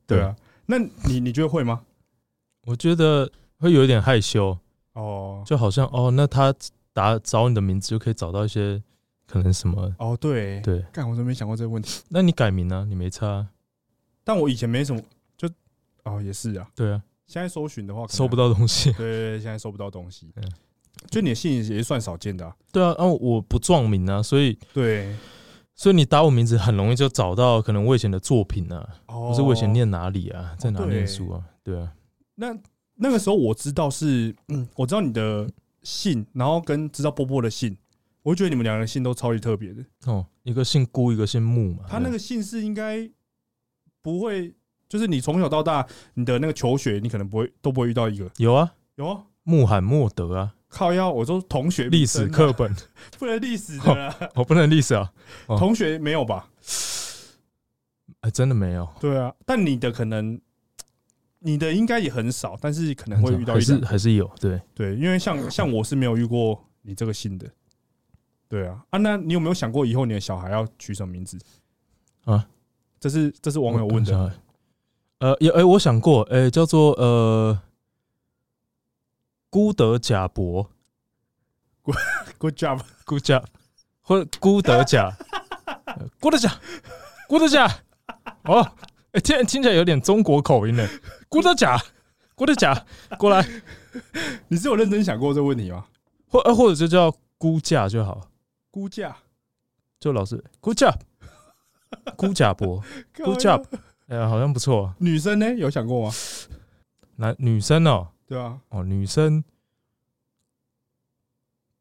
[SPEAKER 1] 对啊，那你你觉得会吗？
[SPEAKER 2] 我觉得会有一点害羞，
[SPEAKER 1] 哦，
[SPEAKER 2] 就好像哦，那他打找你的名字就可以找到一些可能什么
[SPEAKER 1] 哦，对，
[SPEAKER 2] 对。
[SPEAKER 1] 干，我都没想过这个问题。
[SPEAKER 2] 那你改名啊？你没差啊？
[SPEAKER 1] 但我以前没什么，就哦也是啊。
[SPEAKER 2] 对啊，
[SPEAKER 1] 现在搜寻的话，可能
[SPEAKER 2] 搜不。到东西。
[SPEAKER 1] 对对对，现在搜不到东西
[SPEAKER 2] 嗯。
[SPEAKER 1] 就你的姓也是算少见的、啊，
[SPEAKER 2] 对啊，啊，我不撞名啊，所以
[SPEAKER 1] 对，
[SPEAKER 2] 所以你打我名字很容易就找到可能我以前的作品啊，
[SPEAKER 1] 哦
[SPEAKER 2] 或是我以前念哪里啊，在哪
[SPEAKER 1] 对
[SPEAKER 2] 念书啊？对啊，
[SPEAKER 1] 那那个时候我知道是，嗯，我知道你的姓，然后跟知道波波的姓，我觉得你们两个人姓都超级特别的。
[SPEAKER 2] 哦，一个姓辜，一个姓木嘛。
[SPEAKER 1] 他那个姓氏应该不会，就是你从小到大，你的那个求学，你可能不会都不会遇到一个。
[SPEAKER 2] 有啊，
[SPEAKER 1] 有啊
[SPEAKER 2] 穆罕默德啊，
[SPEAKER 1] 靠腰，我说同学
[SPEAKER 2] 历史
[SPEAKER 1] 名
[SPEAKER 2] 课
[SPEAKER 1] 称啊
[SPEAKER 2] 本，
[SPEAKER 1] 不能历史的啦，
[SPEAKER 2] 我不能历史啊， 哦
[SPEAKER 1] 同学没有吧？
[SPEAKER 2] 哎，真的没有，
[SPEAKER 1] 对啊，但你的可能。你的应该也很少，但是可能会遇到
[SPEAKER 2] 还
[SPEAKER 1] 一
[SPEAKER 2] 是
[SPEAKER 1] 两个
[SPEAKER 2] 还是有，对，
[SPEAKER 1] 对，因为像像我是没有遇过你这个姓的，对啊啊，那你有没有想过以后你的小孩要取什么名字
[SPEAKER 2] 啊？
[SPEAKER 1] 这是这是网友问的，
[SPEAKER 2] 我。呃，有哎、我想过，哎、叫做呃，孤德贾伯，
[SPEAKER 1] Good job，
[SPEAKER 2] 孤贾，或者孤德贾，呃 孤德贾，孤德贾，哦，哎、听听起来有点中国口音呢，孤德贾，孤德贾，过来，
[SPEAKER 1] 你是有认真想过这个问题吗？
[SPEAKER 2] 或呃或者就叫估价就好，
[SPEAKER 1] 估价，
[SPEAKER 2] 就老是估价， 估贾伯，
[SPEAKER 1] Good
[SPEAKER 2] job 哎、好像不错、啊，
[SPEAKER 1] 女生呢有想过吗？
[SPEAKER 2] 男女生哦，
[SPEAKER 1] 对啊，
[SPEAKER 2] 哦，女生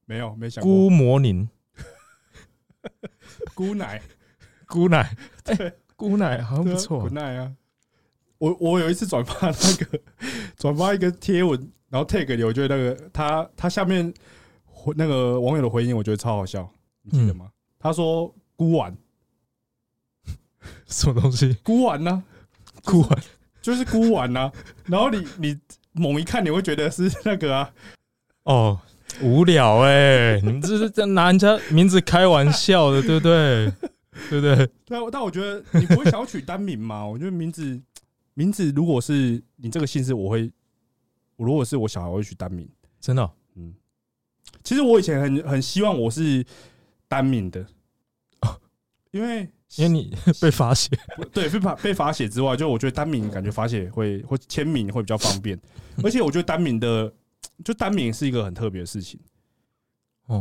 [SPEAKER 1] 没有没想过
[SPEAKER 2] 孤魔宁，
[SPEAKER 1] 姑奶，
[SPEAKER 2] 姑奶，哎、
[SPEAKER 1] 对
[SPEAKER 2] 姑奶好像不错、
[SPEAKER 1] 姑奶啊。我我有一次转发那个 转发一个贴文，然后 tag 你，我觉得那个他他下面回那个网友的回应，我觉得超好笑，你记得
[SPEAKER 2] 嗯
[SPEAKER 1] 吗？他说孤碗
[SPEAKER 2] 什么东西？
[SPEAKER 1] 孤碗呢、
[SPEAKER 2] 孤碗
[SPEAKER 1] 就是孤碗呐、然后你你猛一看，你会觉得是那个啊，
[SPEAKER 2] 哦，无聊哎、你们这是在拿人家名字开玩笑 的，对不对？对不对？
[SPEAKER 1] 但但我觉得你不会想要取单名嘛？我觉得名字名字如果是你这个姓氏，我会我如果是我小孩，我会取单名。
[SPEAKER 2] 真的哦、
[SPEAKER 1] 嗯，其实我以前很很希望我是单名的，因为
[SPEAKER 2] 因为你 被罚写，
[SPEAKER 1] 对被罚被罚写之外，就我觉得单名感觉罚写会或签名会比较方便，而且我觉得单名的就单名是一个很特别的事情。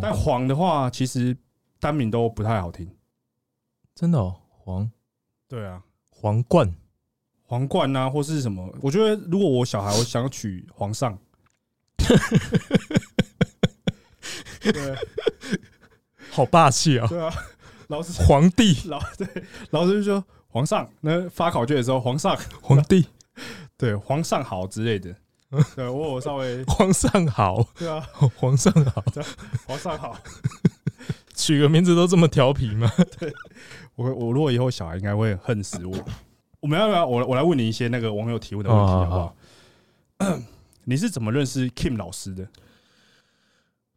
[SPEAKER 1] 但
[SPEAKER 2] 哦，
[SPEAKER 1] 黄的话，其实单名都不太好听。
[SPEAKER 2] 真的哦，皇
[SPEAKER 1] 对啊，
[SPEAKER 2] 皇冠
[SPEAKER 1] 皇冠啊，或是什么？我觉得如果我小孩，我想要娶皇 上。对
[SPEAKER 2] 好霸气啊、
[SPEAKER 1] 对啊，老师
[SPEAKER 2] 皇帝，
[SPEAKER 1] 老对老师就说皇上，那发考卷的时候，皇上
[SPEAKER 2] 皇帝，
[SPEAKER 1] 对皇上好之 类的。对我有稍微
[SPEAKER 2] 皇上好，
[SPEAKER 1] 对啊，
[SPEAKER 2] 皇上好，
[SPEAKER 1] 皇上好。
[SPEAKER 2] 取个名字都这么调皮吗？
[SPEAKER 1] 我我如果以后小孩应该会恨死我。 我们要不要我我来问你一些那个网友提问的问题
[SPEAKER 2] 哦好
[SPEAKER 1] 好不好？ 你是怎么认识 Kim 老师的？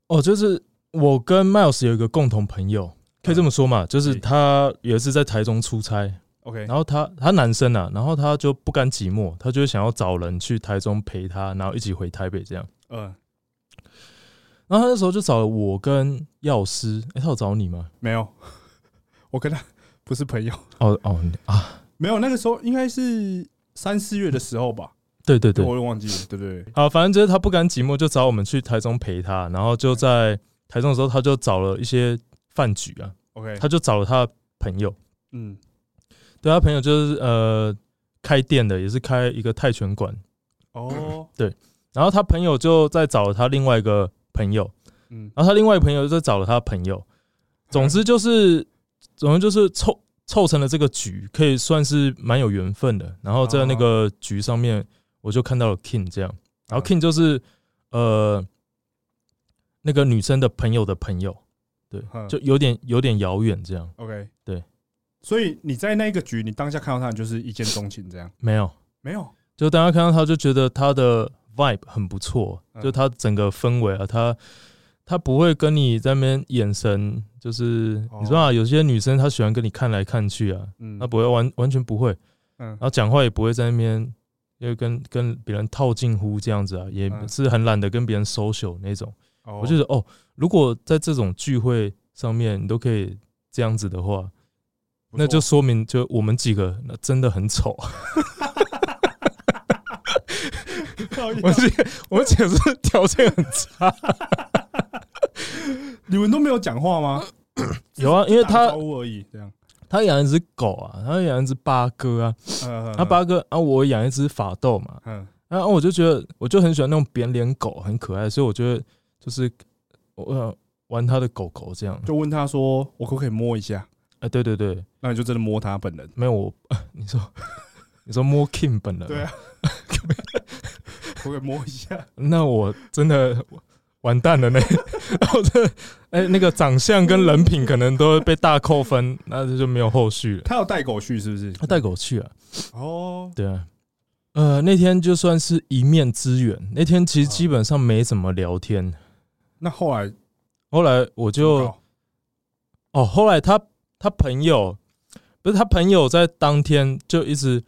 [SPEAKER 2] 哦，就是我跟 Miles 有一个共同朋友，可以这么说嘛，就是
[SPEAKER 1] 对
[SPEAKER 2] 他有一次在台中出差，
[SPEAKER 1] OK，
[SPEAKER 2] 然后他他男生啊，然后他就不甘寂寞，他就想要找人去台中陪他，然后一起回台北这样。
[SPEAKER 1] 嗯，
[SPEAKER 2] 然后他那时候就找了我跟药师，哎、他有找你吗？
[SPEAKER 1] 没有， 我跟他 不是朋友，
[SPEAKER 2] 哦哦你啊，
[SPEAKER 1] 没有。那个时候应该是三四月的时候吧，
[SPEAKER 2] 对对对，
[SPEAKER 1] 我也忘记了，对不对？
[SPEAKER 2] 啊，反正就是他不甘寂寞，就找我们去台中陪他，然后就在台中的时候，他就找了一些饭局啊，
[SPEAKER 1] ？OK，
[SPEAKER 2] 他就找了他朋友，
[SPEAKER 1] 嗯，
[SPEAKER 2] 对他朋友就是呃开店的，也是开一个泰拳馆，
[SPEAKER 1] 哦，
[SPEAKER 2] 然后他朋友就在找他另外一个朋友，
[SPEAKER 1] 嗯，
[SPEAKER 2] 然后他另外一个朋友就找了他朋友，总之就是，总之就是凑凑成了这个局，可以算是蛮有缘分的。然后在那个局上面，我就看到了 King 这样，然后 King 就是呃那个女生的朋友的朋友，对，
[SPEAKER 1] 嗯
[SPEAKER 2] 就有点有点遥远这样，
[SPEAKER 1] OK，
[SPEAKER 2] 对。
[SPEAKER 1] 所以你在那个局，你当下看到他，你就是一见钟情这样？
[SPEAKER 2] 没有，
[SPEAKER 1] 没有，
[SPEAKER 2] 就大家看到他就觉得他的 vibe 很不错，
[SPEAKER 1] 嗯
[SPEAKER 2] 就他整个氛围啊，他他不会跟你在那边眼神，就是
[SPEAKER 1] 哦
[SPEAKER 2] 你知道、啊，有些女生她喜欢跟你看来看去啊，
[SPEAKER 1] 嗯，
[SPEAKER 2] 她不会完完全不会，
[SPEAKER 1] 嗯
[SPEAKER 2] 然后讲话也不会在那边就跟跟别人套近乎这样子啊，也
[SPEAKER 1] 嗯
[SPEAKER 2] 是很懒得跟别人 social 那种。
[SPEAKER 1] 哦
[SPEAKER 2] 我就觉得哦，如果在这种聚会上面，你都可以这样子的话，
[SPEAKER 1] 不错
[SPEAKER 2] 那就说明就我们几个那真的很丑。
[SPEAKER 1] 靠
[SPEAKER 2] 我
[SPEAKER 1] 腰
[SPEAKER 2] 们几个我们几个是条件很差。
[SPEAKER 1] 你们都没有讲话吗？
[SPEAKER 2] 有啊，因为
[SPEAKER 1] 打
[SPEAKER 2] 他
[SPEAKER 1] 招呼而已，这样。
[SPEAKER 2] 他养一只狗啊，他养一只八哥啊，
[SPEAKER 1] 呃
[SPEAKER 2] 他八哥啊，我养一只法斗嘛，
[SPEAKER 1] 嗯
[SPEAKER 2] 然后我就觉得，我就很喜欢那种扁脸狗，很可爱，所以我觉得就是我想玩它的狗狗这样。
[SPEAKER 1] 就问他说：“我可不可以摸一下
[SPEAKER 2] 哎，对对对，？”
[SPEAKER 1] 那你就真的摸他本 人。
[SPEAKER 2] 没有我， 你说你说摸 Kim 本人，
[SPEAKER 1] 对啊，可不可以摸一下？
[SPEAKER 2] 那我真的完蛋了呢。 我真的，哎，那个长相跟人品可能都会被大扣分，那这就没有后续了。
[SPEAKER 1] 他有带狗去是不是？
[SPEAKER 2] 他带狗去啊，
[SPEAKER 1] 哦，
[SPEAKER 2] 对啊。呃，那天就算是一面之缘，那天其实
[SPEAKER 1] 啊
[SPEAKER 2] 基本上没怎么聊天。
[SPEAKER 1] 那后来
[SPEAKER 2] 后来我就哦，后来他他朋友不是他朋友在当天就一直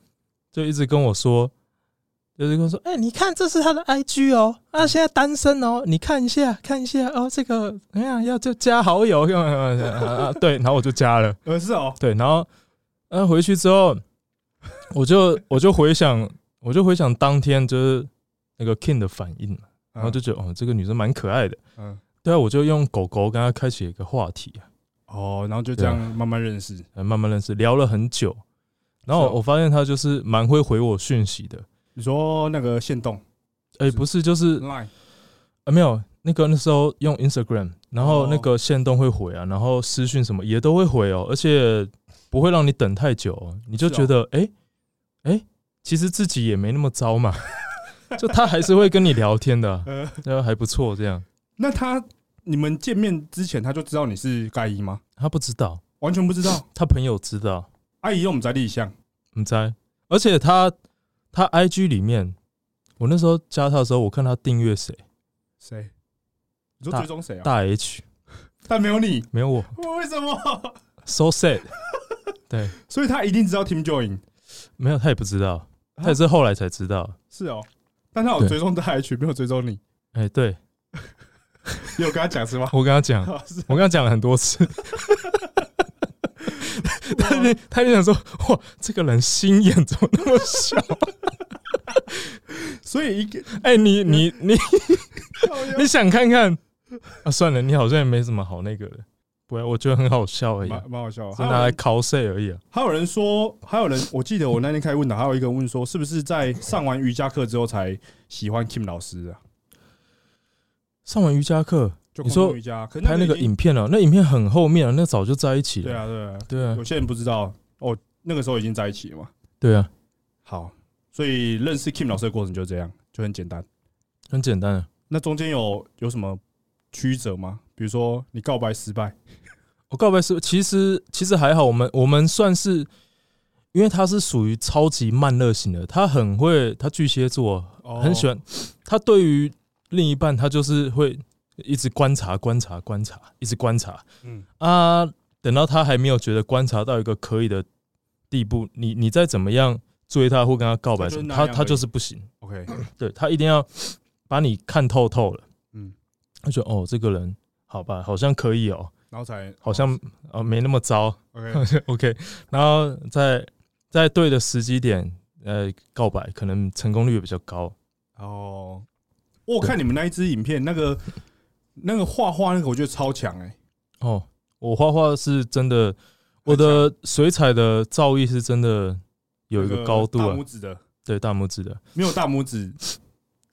[SPEAKER 2] 就一直跟我说，就是跟我说，哎、你看这是他的 IG 哦，啊，现在单身哦，你看一下看一下哦，这个怎么样要就加好友， 干嘛干嘛干嘛啊啊对，然后我就加了，
[SPEAKER 1] 呃是哦，
[SPEAKER 2] 对，然后嗯、呃回去之后，我就我就回想，我就回想当天就是那个 King 的反应，啊然后就觉得哦，这个女生蛮可爱的，
[SPEAKER 1] 嗯
[SPEAKER 2] 对啊，我就用狗狗跟她开启一个话题啊。
[SPEAKER 1] 哦，然后就这样慢慢认识。
[SPEAKER 2] 呃，慢慢认识，聊了很久。然后
[SPEAKER 1] 是哦
[SPEAKER 2] 我我发现他就是蛮会回我讯息的，
[SPEAKER 1] 你说那个线动
[SPEAKER 2] 哎、
[SPEAKER 1] 是
[SPEAKER 2] 不是，就是
[SPEAKER 1] ，Line
[SPEAKER 2] 呃没有那个那时候用 Instagram，然后
[SPEAKER 1] 哦
[SPEAKER 2] 那个线动会回啊，然后私讯什么也都会回哦，而且不会让你等太久、哦，你就是
[SPEAKER 1] 哦
[SPEAKER 2] 觉得哎哎、诶其实自己也没那么糟嘛， 就他还是会跟你聊天的啊，
[SPEAKER 1] 呃，
[SPEAKER 2] 那还不错这样。
[SPEAKER 1] 那他你们见面之前他就知道你是盖伊吗？
[SPEAKER 2] 他不知道，
[SPEAKER 1] 完全不知 道，
[SPEAKER 2] 他朋友知道，
[SPEAKER 1] 阿姨我们在立项，
[SPEAKER 2] 你猜？而且他他 IG 里面，我那时候加他的时候，我看他订阅谁。
[SPEAKER 1] 谁？你说
[SPEAKER 2] 大
[SPEAKER 1] 追踪谁啊？
[SPEAKER 2] 大 H
[SPEAKER 1] 但没有你，
[SPEAKER 2] 没有我
[SPEAKER 1] 为什么？
[SPEAKER 2] ，so sad。
[SPEAKER 1] 所以他一定知道 Team Join
[SPEAKER 2] 没有，他也不知道，
[SPEAKER 1] 啊
[SPEAKER 2] 他也是后来才知道。
[SPEAKER 1] 是哦，但他有
[SPEAKER 2] 对
[SPEAKER 1] 追踪大 H，没有追踪你，
[SPEAKER 2] 哎、对
[SPEAKER 1] 你有跟他讲是吗？
[SPEAKER 2] 我跟他讲，
[SPEAKER 1] 是
[SPEAKER 2] 我跟他讲了很 多次，他就他就想说，哇，这个人心眼怎么那么小？
[SPEAKER 1] 所以一个
[SPEAKER 2] 哎、你你你
[SPEAKER 1] 靠腰
[SPEAKER 2] 你想看看啊？算了，你好像也没什么好那个的，不然我觉得很好笑而已啊，
[SPEAKER 1] 蛮蛮好笑的。
[SPEAKER 2] 是
[SPEAKER 1] 还
[SPEAKER 2] 拿
[SPEAKER 1] 有
[SPEAKER 2] 来
[SPEAKER 1] 人
[SPEAKER 2] cos 而已啊。
[SPEAKER 1] 还有人说，还有人，我记得我那天开问答，还有一个人问说，是不是在上完瑜伽课之后才喜欢 Kim 老师啊？
[SPEAKER 2] 上完瑜伽课
[SPEAKER 1] 就
[SPEAKER 2] 你
[SPEAKER 1] 空中
[SPEAKER 2] 说
[SPEAKER 1] 瑜伽，可是
[SPEAKER 2] 拍那个
[SPEAKER 1] 已经
[SPEAKER 2] 影片了、啊那影片很后面啊了、那早就在一起
[SPEAKER 1] 对
[SPEAKER 2] 了。
[SPEAKER 1] 啊对啊，
[SPEAKER 2] 对啊
[SPEAKER 1] 有，些人不知道哦，那个时候已经在一起了嘛。
[SPEAKER 2] 对啊，
[SPEAKER 1] 好，所以认识 Kim 老师的过程就这样，就很简单。
[SPEAKER 2] 很简单啊。
[SPEAKER 1] 那中间有有什么曲折吗？比如说你告白失败，
[SPEAKER 2] 我告白是，其实其实还好，我们我们算是，因为他是属于超级慢热型的，他很会，他巨蟹座
[SPEAKER 1] 哦
[SPEAKER 2] 很喜欢，他对于另一半，他就是会一直观察观察观察，一直观察
[SPEAKER 1] 嗯，
[SPEAKER 2] 啊，等到他还没有觉得观察到一个可以的地步，你你再怎么样追他或跟他告白什
[SPEAKER 1] 他就是
[SPEAKER 2] 么，
[SPEAKER 1] 那
[SPEAKER 2] 他
[SPEAKER 1] 样
[SPEAKER 2] 他就是不行，
[SPEAKER 1] OK，
[SPEAKER 2] 对他一定要把你看透透了，
[SPEAKER 1] 嗯，
[SPEAKER 2] 他觉得哦这个人好吧，好像可以哦，
[SPEAKER 1] 然后才
[SPEAKER 2] 好像
[SPEAKER 1] 哦
[SPEAKER 2] 呃没那么糟。
[SPEAKER 1] OK，
[SPEAKER 2] OK，然后在在对的时机点，呃，告白可能成功率也比较高。
[SPEAKER 1] 哦，我看你们那一支影片，那个那个画画那个，我觉得超强哎、
[SPEAKER 2] 哦，我画画是真的，我的水彩的造诣是真的有一
[SPEAKER 1] 那
[SPEAKER 2] 个高度
[SPEAKER 1] 大
[SPEAKER 2] 啊
[SPEAKER 1] 拇，指的
[SPEAKER 2] 对大拇指的，
[SPEAKER 1] 没有大拇指，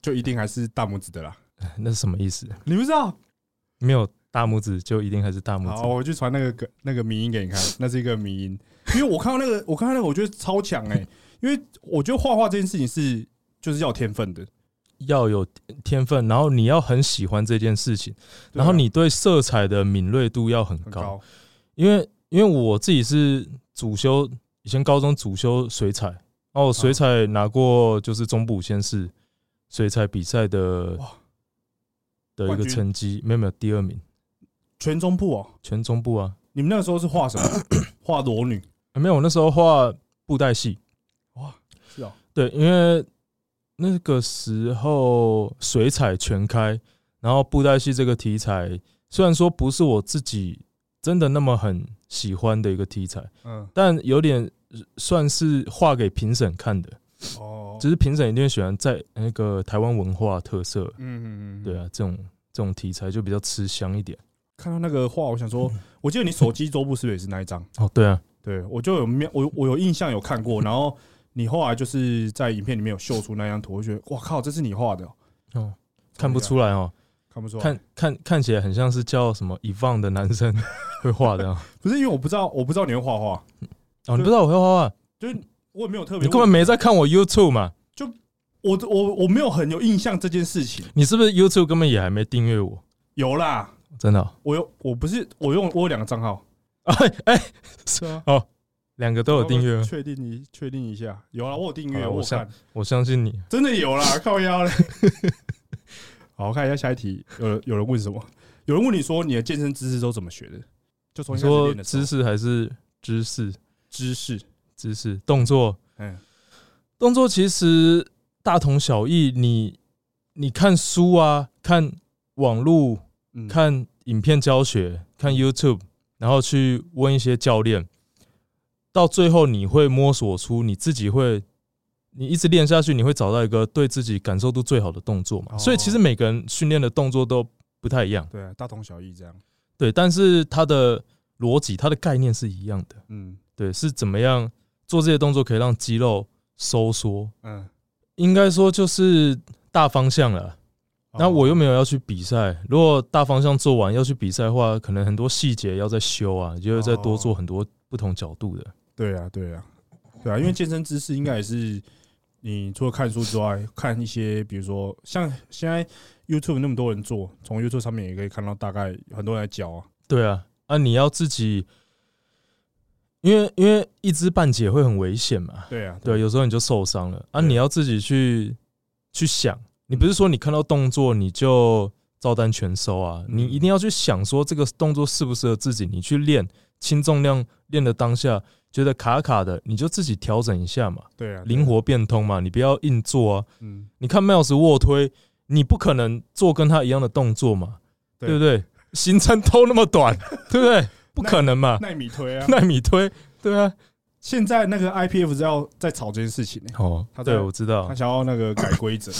[SPEAKER 1] 就一定还是大拇指的啦。
[SPEAKER 2] 哎那是什么意思？
[SPEAKER 1] 你不知道？
[SPEAKER 2] 没有大拇指就一定还是大拇
[SPEAKER 1] 好，
[SPEAKER 2] 指？
[SPEAKER 1] 我去传那个梗那个迷音给你看，那是一个迷音，因为我看到那个，我看到那个，我觉得超强哎、因为我觉得画画这件事情是就是要有天分的，
[SPEAKER 2] 要有天分，然后你要很喜欢这件事情，
[SPEAKER 1] 对啊
[SPEAKER 2] 然后你对色彩的敏锐度要很
[SPEAKER 1] 啊很
[SPEAKER 2] 高，
[SPEAKER 1] 高，
[SPEAKER 2] 因为因为我自己是主修，以前高中主修水彩，哦，我
[SPEAKER 1] 嗯
[SPEAKER 2] 水彩拿过就是中部先是水彩比赛的
[SPEAKER 1] 哇
[SPEAKER 2] 的一
[SPEAKER 1] 冠
[SPEAKER 2] 个
[SPEAKER 1] 军
[SPEAKER 2] 成绩，没有没有第二名，
[SPEAKER 1] 全中部哦、
[SPEAKER 2] 全中部啊，
[SPEAKER 1] 你们那个时候是画什么？ 画裸女
[SPEAKER 2] 啊没有，我那时候画布袋戏，
[SPEAKER 1] 是哦、
[SPEAKER 2] 对，因为那个时候水彩全开，然后布袋戏这个题材虽然说不是我自己真的那么很喜欢的一个题材，
[SPEAKER 1] 嗯，
[SPEAKER 2] 但有点呃算是画给评审看的，
[SPEAKER 1] 哦，
[SPEAKER 2] 只是评审一定会喜欢在那个台湾文化特色，
[SPEAKER 1] 嗯嗯嗯，
[SPEAKER 2] 对啊，这种这种题材就比较吃香一点。
[SPEAKER 1] 看到那个画，我想说，我记得你手机桌布是不是也是那一张？
[SPEAKER 2] 哦，对啊，
[SPEAKER 1] 对，我就有面，我我有印象有看过，然后 你后来就是在影片里面有秀出那张图，我就觉得哇靠，这是你画的哦，
[SPEAKER 2] 哦，看不出来哦，
[SPEAKER 1] 看不出来，
[SPEAKER 2] 看看看起来很像是叫什么遗忘的男生会画的哦。
[SPEAKER 1] 不是因为我不知道，我不知道你会画画，
[SPEAKER 2] 哦，你不知道我会画画，
[SPEAKER 1] 就是我也没有特别
[SPEAKER 2] 你
[SPEAKER 1] 问，
[SPEAKER 2] 根本没在看我 YouTube 嘛？
[SPEAKER 1] 我我我没有很有印象这件事情，
[SPEAKER 2] 你是不是 YouTube 根本也还没订阅我？
[SPEAKER 1] 有啦，
[SPEAKER 2] 真的哦、
[SPEAKER 1] 我有我不是我用我有两个账号，
[SPEAKER 2] 哎哎，
[SPEAKER 1] 是啊，
[SPEAKER 2] 两个都有订阅，
[SPEAKER 1] 确定你确定一下，有啦，我有订
[SPEAKER 2] 好
[SPEAKER 1] 阅，
[SPEAKER 2] 啦
[SPEAKER 1] 我
[SPEAKER 2] 我
[SPEAKER 1] 有看
[SPEAKER 2] 想我相信你。
[SPEAKER 1] 真的有啦，靠腰嘞。好，我看一下下一题，有有人问什么？有人问你说你的健身知识都怎么学的？就从
[SPEAKER 2] 你
[SPEAKER 1] 一开始
[SPEAKER 2] 说
[SPEAKER 1] 练的时候
[SPEAKER 2] 知识还是知识？
[SPEAKER 1] 知识，
[SPEAKER 2] 知识动作
[SPEAKER 1] 嗯，
[SPEAKER 2] 动作其实大同小异，你你看书啊，看网络
[SPEAKER 1] 嗯
[SPEAKER 2] 看影片教学，看 YouTube，然后去问一些教练，到最后你会摸索出你自己会，你一直练下去，你会找到一个对自己感受度最好的动作嘛。
[SPEAKER 1] 哦
[SPEAKER 2] 所以其实每个人训练的动作都不太一样，
[SPEAKER 1] 对啊，大同小异这样。
[SPEAKER 2] 对，但是它的逻辑、它的概念是一样的，
[SPEAKER 1] 嗯
[SPEAKER 2] 对，是怎么样做这些动作可以让肌肉收缩，
[SPEAKER 1] 嗯，
[SPEAKER 2] 应该说就是大方向了。那我
[SPEAKER 1] 哦
[SPEAKER 2] 又没有要去比赛，如果大方向做完要去比赛的话，可能很多细节要再修啊，就会再多做很多不同角度的。
[SPEAKER 1] 对啊对啊对啊，因为健身知识应该也是你除了看书之外，看一些比如说像现在 YouTube 那么多人做，从 YouTube 上面也可以看到大概很多人在教啊。
[SPEAKER 2] 对啊，啊，你要自己，因为因为一知半解会很危险嘛，
[SPEAKER 1] 对啊，
[SPEAKER 2] 对，有时候你就受伤了啊，
[SPEAKER 1] 对
[SPEAKER 2] 你要自己去去想，你不是说你看到动作你就照单全收啊，
[SPEAKER 1] 嗯
[SPEAKER 2] 你一定要去想说这个动作适不适合自己，你去练轻重量练的当下觉得卡卡的，你就自己调整一下嘛。
[SPEAKER 1] 对啊，
[SPEAKER 2] 灵活变通嘛，你不要硬做啊。
[SPEAKER 1] 嗯，
[SPEAKER 2] 你看 Miles 卧推，你不可能做跟他一样的动作嘛，
[SPEAKER 1] 对
[SPEAKER 2] 对不对？行程都那 么短，对不对？不可能嘛，
[SPEAKER 1] 耐米推啊。
[SPEAKER 2] 纳米推，对啊。
[SPEAKER 1] 现在那个 IPF 是要在吵这件事情呢、
[SPEAKER 2] 哦
[SPEAKER 1] 他，在
[SPEAKER 2] 对，我知道
[SPEAKER 1] 他，想要那个改规则，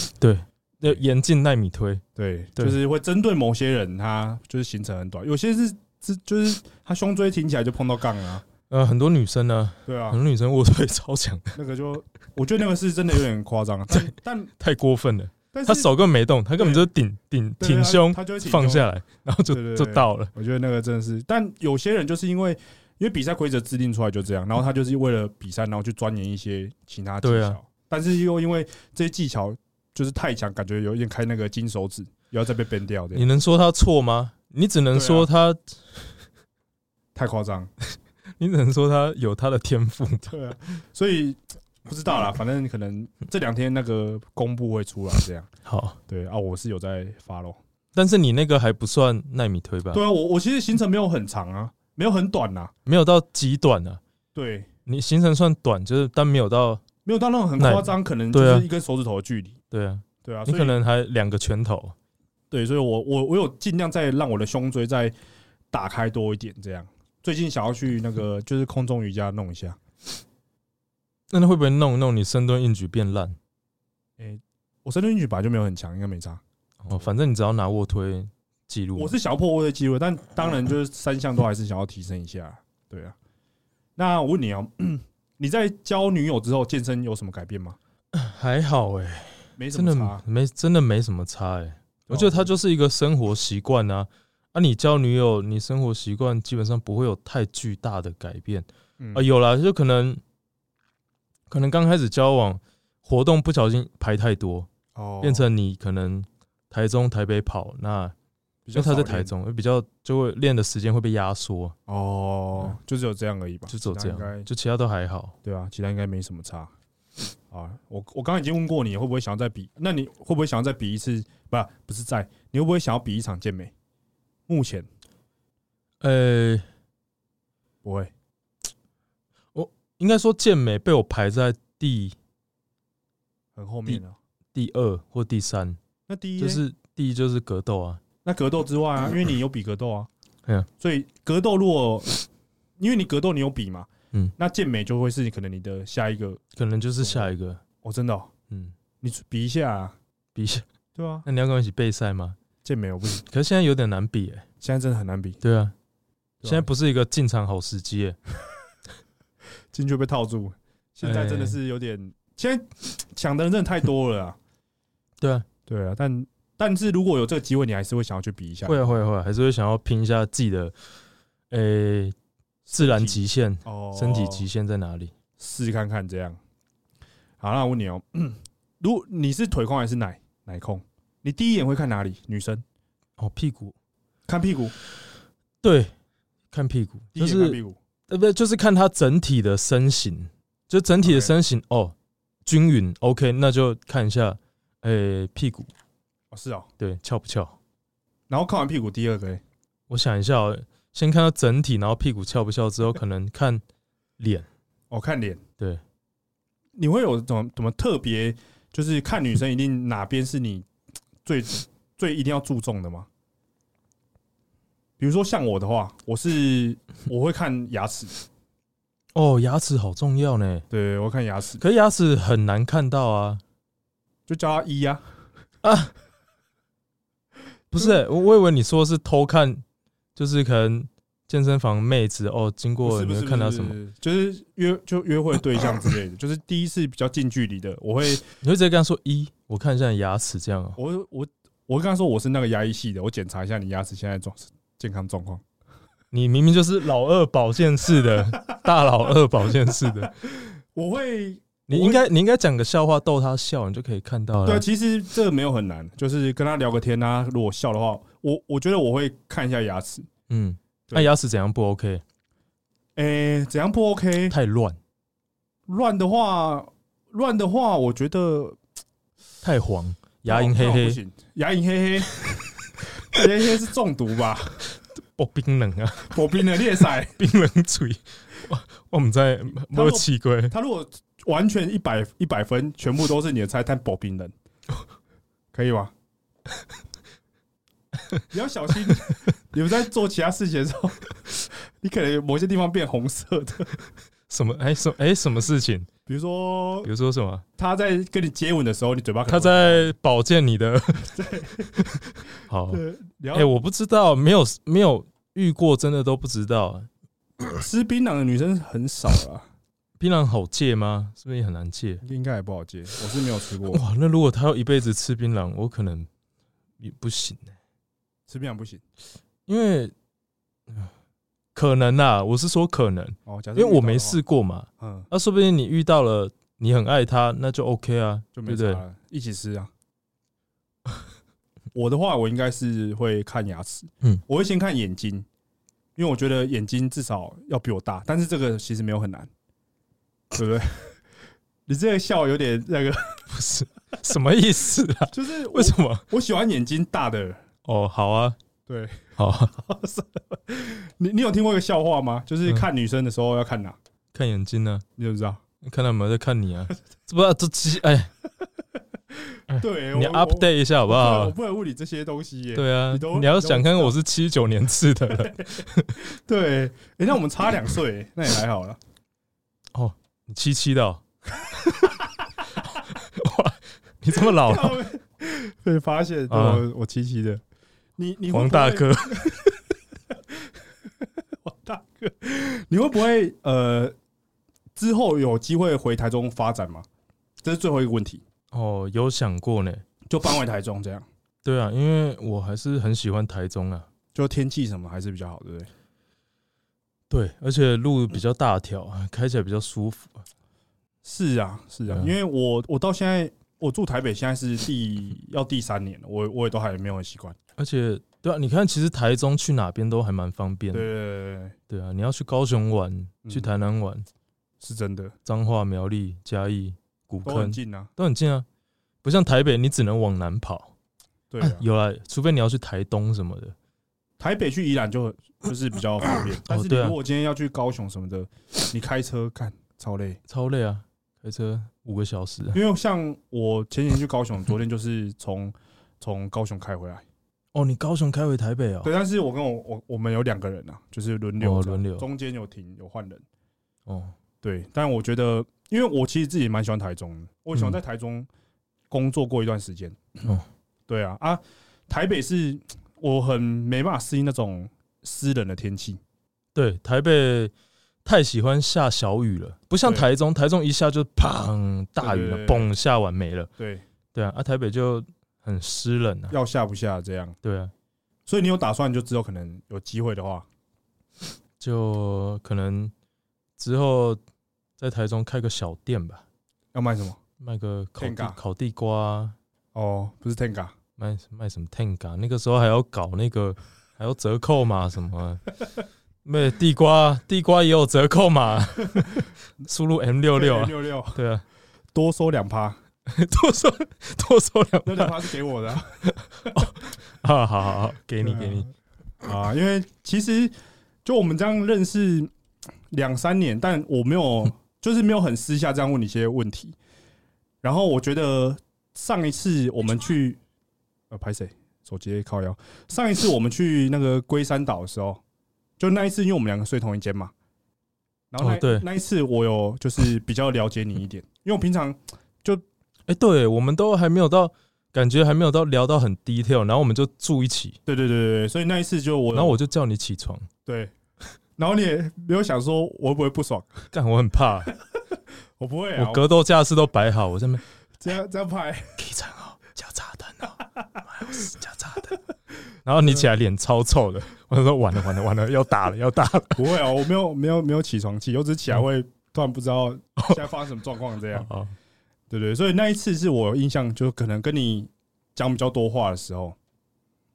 [SPEAKER 2] 那严禁纳米推，
[SPEAKER 1] 对，
[SPEAKER 2] 对
[SPEAKER 1] 就是会针对某些人，他就是行程很短，有些是是就是他胸椎挺起来就碰到杠啊，
[SPEAKER 2] 呃，很多女生呢，
[SPEAKER 1] 对啊
[SPEAKER 2] 很，多女生卧推 超强，
[SPEAKER 1] 那个就我觉得那个是真的有点夸张，啊 但但
[SPEAKER 2] 太过分了。
[SPEAKER 1] 但是
[SPEAKER 2] 她手根本没动，她根本就顶顶
[SPEAKER 1] 对啊
[SPEAKER 2] 挺胸
[SPEAKER 1] 他就会挺
[SPEAKER 2] 放
[SPEAKER 1] 胸。
[SPEAKER 2] 下来，然后
[SPEAKER 1] 对
[SPEAKER 2] 就
[SPEAKER 1] 对
[SPEAKER 2] 就
[SPEAKER 1] 对
[SPEAKER 2] 到了。
[SPEAKER 1] 我觉得那个真的是，但有些人就是因为因为比赛规则制定出来就这样，然后他就是为了比赛，然后去钻研一些其他技
[SPEAKER 2] 对啊
[SPEAKER 1] 巧，但是又因为这些技巧就是太强，感觉有一点开那个金手指，又要再被 ban 掉
[SPEAKER 2] 你
[SPEAKER 1] 的，
[SPEAKER 2] 能说她错吗？你只
[SPEAKER 1] 啊
[SPEAKER 2] 能说她，
[SPEAKER 1] 太夸 张。
[SPEAKER 2] 你只能说她有她的天赋。
[SPEAKER 1] 对啊，所以不知道啦，反正可能这两天那个公布会出来这样。
[SPEAKER 2] 好，
[SPEAKER 1] 对啊，我是有在发咯。
[SPEAKER 2] 但是你那个还不算纳米推吧？
[SPEAKER 1] 对啊，我我其实行程没有很长啊，没有很短呐、
[SPEAKER 2] 没有到极短啊。
[SPEAKER 1] 对，
[SPEAKER 2] 你行程算短，就是但没有到
[SPEAKER 1] 没有到那种很
[SPEAKER 2] 那
[SPEAKER 1] 夸张，可能就
[SPEAKER 2] 对啊
[SPEAKER 1] 是一根手指头的距离。
[SPEAKER 2] 对啊，
[SPEAKER 1] 对啊，
[SPEAKER 2] 你
[SPEAKER 1] 所
[SPEAKER 2] 可
[SPEAKER 1] 以
[SPEAKER 2] 能还两个拳头。
[SPEAKER 1] 对，所以我我我有尽量再让我的胸椎再打开多一点这样。最近想要去那个就是空中瑜伽弄一下，
[SPEAKER 2] 那那会不会弄一弄你深蹲硬举变烂？
[SPEAKER 1] 我深蹲硬举本来就没有很强，应该没差。
[SPEAKER 2] 哦，反正你只要拿卧推记录嘛。啊
[SPEAKER 1] 我是想要破我的记录，但当然就是三项都还是想要提升一下。对啊，那我问你啊，你在交女友之后健身有什么改变吗？
[SPEAKER 2] 还好哎、
[SPEAKER 1] 没什
[SPEAKER 2] 真
[SPEAKER 1] 么
[SPEAKER 2] 的
[SPEAKER 1] 差，哦
[SPEAKER 2] 没真的没什么差哎、我觉得它就是一个生活习惯啊。啊，你交女友，你生活习惯基本上不会有太巨大的改变
[SPEAKER 1] 嗯
[SPEAKER 2] 啊。有啦，就可能可能刚开始交往活动不小心排太多，
[SPEAKER 1] 哦
[SPEAKER 2] 变成你可能台中、台北跑，那
[SPEAKER 1] 比
[SPEAKER 2] 因
[SPEAKER 1] 较
[SPEAKER 2] 为他在
[SPEAKER 1] 少
[SPEAKER 2] 台
[SPEAKER 1] 练
[SPEAKER 2] 中，比较就会练的时间会被压缩，
[SPEAKER 1] 哦，就只有这样而已吧，
[SPEAKER 2] 嗯就只有
[SPEAKER 1] 其
[SPEAKER 2] 这
[SPEAKER 1] 他应
[SPEAKER 2] 样，
[SPEAKER 1] 该
[SPEAKER 2] 就其他都还好。
[SPEAKER 1] 对啊，其他应该没什么差。啊，我我刚刚已经问过你会不会想要再比，那你会不会想要再比一次？不，不是在，你会不会想要比一场健美？目前
[SPEAKER 2] 呃、
[SPEAKER 1] 不会，
[SPEAKER 2] 应该说健美被我排在第
[SPEAKER 1] 很后面了。
[SPEAKER 2] 第二或第三，
[SPEAKER 1] 那第一
[SPEAKER 2] 就
[SPEAKER 1] 嘞
[SPEAKER 2] 是第一就是格斗啊，
[SPEAKER 1] 那格斗之外啊，因为你有比格斗啊，
[SPEAKER 2] 嗯
[SPEAKER 1] 所以格斗如果因为你格斗你有比嘛，
[SPEAKER 2] 嗯
[SPEAKER 1] 那健美就会是你可能你的下一个
[SPEAKER 2] 可能就是下一个，
[SPEAKER 1] 哦，真的、哦，
[SPEAKER 2] 嗯，
[SPEAKER 1] 你比一下、啊，
[SPEAKER 2] 比一下。
[SPEAKER 1] 对啊，
[SPEAKER 2] 那你要跟我一起备赛吗？
[SPEAKER 1] 健美我不行，
[SPEAKER 2] 可是现在有点难比哎、
[SPEAKER 1] 现在真的很难比，
[SPEAKER 2] 对啊，
[SPEAKER 1] 对啊
[SPEAKER 2] 现在不是一个进场好时机哎、
[SPEAKER 1] 进去被套住，现在
[SPEAKER 2] 哎
[SPEAKER 1] 真的是有点，现在抢的人真的太多了啊，
[SPEAKER 2] 对啊，
[SPEAKER 1] 对啊，但但是如果有这个机会，你还是会想要去比一下，
[SPEAKER 2] 会啊会啊会啊，还是会想要拼一下自己的，诶、自然极限、
[SPEAKER 1] 哦，
[SPEAKER 2] 身体极限在哪里？
[SPEAKER 1] 试试看看这样。好，那我问你哦、如你是腿控还是奶奶控？你第一眼会看哪里？女生
[SPEAKER 2] 哦，屁股，
[SPEAKER 1] 看屁股，
[SPEAKER 2] 对，看屁股，
[SPEAKER 1] 第一
[SPEAKER 2] 就
[SPEAKER 1] 眼看
[SPEAKER 2] 是
[SPEAKER 1] 屁股。
[SPEAKER 2] 呃不就是看他整体的身形，就整体的
[SPEAKER 1] OK
[SPEAKER 2] 身形哦，均匀 OK，那就看一下，诶、屁股
[SPEAKER 1] 哦，是哦。
[SPEAKER 2] 对翘不翘？
[SPEAKER 1] 然后看完屁股，第二个嘞，
[SPEAKER 2] 我想一下哦，先看到整体，然后屁股翘不翘之后，可能看脸，
[SPEAKER 1] 哦，看脸。
[SPEAKER 2] 对，
[SPEAKER 1] 你会有怎么怎么特别？就是看女生一定哪边是你最最一定要注重的吗？比如说像我的话，我是我会看牙齿，
[SPEAKER 2] 哦，牙齿好重要呢，
[SPEAKER 1] 对，我会看牙齿，
[SPEAKER 2] 可是牙齿很难看到啊。
[SPEAKER 1] 就叫他一啊，
[SPEAKER 2] 不是、
[SPEAKER 1] 嗯
[SPEAKER 2] 欸，我我以为你说是偷看，就是可能健身房妹子哦，经
[SPEAKER 1] 是
[SPEAKER 2] 过有
[SPEAKER 1] 不
[SPEAKER 2] 没
[SPEAKER 1] 是
[SPEAKER 2] 有看到什么？
[SPEAKER 1] 不？是就是约就约会对象之类的， 就是第一次比较近距离的，我会
[SPEAKER 2] 你会直接跟他说一，我看一下你牙齿这样哦、
[SPEAKER 1] 我我我会跟他说我是那个牙医系的，我检查一下你牙齿现在状健康状况。
[SPEAKER 2] 你明明就是老二保健 室的大老二保健室的，
[SPEAKER 1] 我会
[SPEAKER 2] 你应该你应该讲个笑话逗他笑，你就可以看到
[SPEAKER 1] 对，
[SPEAKER 2] 了。
[SPEAKER 1] 其实这个没有很难，就是跟他聊个天啊。如果笑的话，我我觉得我会看一下牙齿，
[SPEAKER 2] 嗯，
[SPEAKER 1] 对
[SPEAKER 2] 那牙齿怎样不 OK？
[SPEAKER 1] 诶、怎样不 OK？
[SPEAKER 2] 太乱，
[SPEAKER 1] 乱的话，乱的话，我觉得
[SPEAKER 2] 太黄，牙龈黑
[SPEAKER 1] 那我不
[SPEAKER 2] 黑，
[SPEAKER 1] 行，牙龈黑黑， 牙龈黑黑是中毒吧？
[SPEAKER 2] 哦，冰冷啊，
[SPEAKER 1] 我冰的裂塞。
[SPEAKER 2] 冰冷嘴。我我们在没有奇怪，
[SPEAKER 1] 他如果完全一百一百分，全部都是你的菜，但保冰 人，可以 吗？你要小心，你们在做其他事情的时候， 你可能某些地方变红色的，
[SPEAKER 2] 什么哎什么哎什么事情？
[SPEAKER 1] 比如说
[SPEAKER 2] 比如说什么？
[SPEAKER 1] 他在跟你接吻的时候，你嘴巴可
[SPEAKER 2] 他
[SPEAKER 1] 能
[SPEAKER 2] 在保健你的。 好，
[SPEAKER 1] 对，哦你
[SPEAKER 2] 哎、
[SPEAKER 1] 要
[SPEAKER 2] 我不知道，没有没有遇过，真的都不知道。
[SPEAKER 1] 吃槟榔的女生很少啊啦，
[SPEAKER 2] 槟榔好戒吗？是不是也很难戒？
[SPEAKER 1] 应该也不好接，我是没有吃 过，
[SPEAKER 2] 哇，那如果他要一辈子吃槟榔，我可能也不行、欸、
[SPEAKER 1] 吃槟榔不行
[SPEAKER 2] 因为呃可能啊，我是说可能，
[SPEAKER 1] 哦，假
[SPEAKER 2] 因
[SPEAKER 1] 设
[SPEAKER 2] 为我没
[SPEAKER 1] 遇到的话，
[SPEAKER 2] 试过嘛。
[SPEAKER 1] 嗯，
[SPEAKER 2] 那、说不定你遇到了，你很爱他，那就 OK 啊，
[SPEAKER 1] 就
[SPEAKER 2] 对
[SPEAKER 1] 没
[SPEAKER 2] 不
[SPEAKER 1] 差
[SPEAKER 2] 对？
[SPEAKER 1] 了，一起吃啊。我的话，我应该是会看牙齿，
[SPEAKER 2] 嗯
[SPEAKER 1] 我会先看眼睛，因为我觉得眼睛至少要比我大，但是这个其实没有很难，对不对？ 你这个笑有点那个，
[SPEAKER 2] 不是什么意思啊？
[SPEAKER 1] 就是我
[SPEAKER 2] 为什么？
[SPEAKER 1] 我喜欢眼睛大的，
[SPEAKER 2] 哦，好啊，
[SPEAKER 1] 对，
[SPEAKER 2] 好啊，
[SPEAKER 1] 你你有听过一个笑话吗？就是
[SPEAKER 2] 嗯
[SPEAKER 1] 看女生的时候要看哪？
[SPEAKER 2] 看眼睛呢、
[SPEAKER 1] 你就知道。
[SPEAKER 2] 看他有没有在 看你啊？这不这这哎，
[SPEAKER 1] 对，
[SPEAKER 2] 嗯你
[SPEAKER 1] 我
[SPEAKER 2] update 一下好
[SPEAKER 1] 我
[SPEAKER 2] 不好？
[SPEAKER 1] 我不能问你这些东西耶。
[SPEAKER 2] 对啊
[SPEAKER 1] 你都，
[SPEAKER 2] 你要想看我是七九年次的 人，
[SPEAKER 1] 对，哎、那我们差两岁耶，那也还好啦。
[SPEAKER 2] 你七七的、哦， 哇，你这么老了，
[SPEAKER 1] 哦 被发现，对
[SPEAKER 2] 啊
[SPEAKER 1] 我我七七的。你你会
[SPEAKER 2] 黄
[SPEAKER 1] 不会
[SPEAKER 2] 大， 哥，
[SPEAKER 1] 黄大哥， 你会不会呃之后有机会回台中发展吗？这是最后一个问题，
[SPEAKER 2] 哦，有想过呢，
[SPEAKER 1] 就搬回台中这样，
[SPEAKER 2] 对啊，因为我还是很喜欢台中啊，
[SPEAKER 1] 就天气什么还是比较好，对不对？
[SPEAKER 2] 对，而且路比较大条，开起来比较舒服，
[SPEAKER 1] 是啊，是啊，
[SPEAKER 2] 嗯
[SPEAKER 1] 因为我我到现在我住台北，现在是第要第三年了，我我也都还没有很习惯。
[SPEAKER 2] 而且对啊，你看，其实台中去哪边都还蛮方便
[SPEAKER 1] 对
[SPEAKER 2] 的，
[SPEAKER 1] 对对对，对
[SPEAKER 2] 对啊，你要去高雄玩，
[SPEAKER 1] 嗯
[SPEAKER 2] 去台南玩，
[SPEAKER 1] 是真的，
[SPEAKER 2] 彰化、苗栗、嘉义、古
[SPEAKER 1] 都很
[SPEAKER 2] 坑
[SPEAKER 1] 近啊。
[SPEAKER 2] 都很近啊，不像台北，你只能往南跑，
[SPEAKER 1] 对啊，
[SPEAKER 2] 有啊，除非你要去台东什么的。
[SPEAKER 1] 台北去宜兰就就是比较 方便，但是你
[SPEAKER 2] 对啊
[SPEAKER 1] 如果今天要去高雄什么的，你开车看超累。
[SPEAKER 2] 超累啊，开车五个小时啊、
[SPEAKER 1] 因为像我前几天去高雄，昨天就是从从高雄开回来，
[SPEAKER 2] 哦，你高雄开回台北哦，
[SPEAKER 1] 对，但是我跟我我我们有两个人啊，就是轮流
[SPEAKER 2] 哦
[SPEAKER 1] 这样
[SPEAKER 2] 轮流
[SPEAKER 1] 中间有停有换人。
[SPEAKER 2] 哦，
[SPEAKER 1] 对，但我觉得，因为我其实自己蛮喜欢台中的，我喜欢
[SPEAKER 2] 嗯
[SPEAKER 1] 在台中工作过一段时间。
[SPEAKER 2] 哦
[SPEAKER 1] 对啊啊，台北是我很没办法适应那种湿冷的天气。
[SPEAKER 2] 对，台北太喜欢下小雨了，不像
[SPEAKER 1] 对
[SPEAKER 2] 台中，台中一下就砰大雨了
[SPEAKER 1] 对对，对
[SPEAKER 2] 嘣下完没了。
[SPEAKER 1] 对，
[SPEAKER 2] 对啊，啊台北就很湿冷啊。
[SPEAKER 1] 要下不下这样，
[SPEAKER 2] 对啊，
[SPEAKER 1] 所以你有打算就之后可能有机会的话，
[SPEAKER 2] 就可能之后在台中开个小店吧，
[SPEAKER 1] 要卖什么？
[SPEAKER 2] 卖个烤地
[SPEAKER 1] Tenga
[SPEAKER 2] 烤地瓜啊，
[SPEAKER 1] 哦，不是 Tenga，
[SPEAKER 2] 卖卖什么 Tenga，那个时候还要搞那个还要折扣码什么的。没地瓜，地瓜也有折扣码，输入 M 六六啊，
[SPEAKER 1] 六六，
[SPEAKER 2] 对啊，
[SPEAKER 1] 多收两趴，
[SPEAKER 2] 多收多收两
[SPEAKER 1] 那
[SPEAKER 2] 万
[SPEAKER 1] 两趴是给我的啊、
[SPEAKER 2] 啊，好好好，给你
[SPEAKER 1] 对
[SPEAKER 2] 给
[SPEAKER 1] 啊
[SPEAKER 2] 你，
[SPEAKER 1] 啊，因为其实就我们这样认识两三年，但我没有 就是没有很私下这样问你一些问题。然后我觉得上一次我们去呃拍谁手机靠腰，上一次我们去那个龟山岛的时候，就那一次因为我们两个睡同一间嘛，然后那、
[SPEAKER 2] 哦对
[SPEAKER 1] 那一次我有就是比较了解你一点，因为我平常
[SPEAKER 2] 哎、对，我们都还没有到，感觉还没有到聊到很 detail，然后我们就住一起，
[SPEAKER 1] 对对对对对，所以那一次就我
[SPEAKER 2] 然后我就叫你起床，
[SPEAKER 1] 对，然后你也没有想说我会不会不爽，
[SPEAKER 2] 干，我很怕，
[SPEAKER 1] 我不会啊，
[SPEAKER 2] 我格斗架势都摆好，我这边
[SPEAKER 1] 这样这样拍。
[SPEAKER 2] 起床哦，加炸弹 哦，加炸弹，然后你起来脸超臭的，我就说完了完了完了，要打了要打了，，
[SPEAKER 1] 不会啊，我没有没有没有起床气，我只是起来会突然不知道现在发生什么状况这样
[SPEAKER 2] 哦，
[SPEAKER 1] 对对，所以那一次是我有印象，就可能跟你讲比较多话的时候，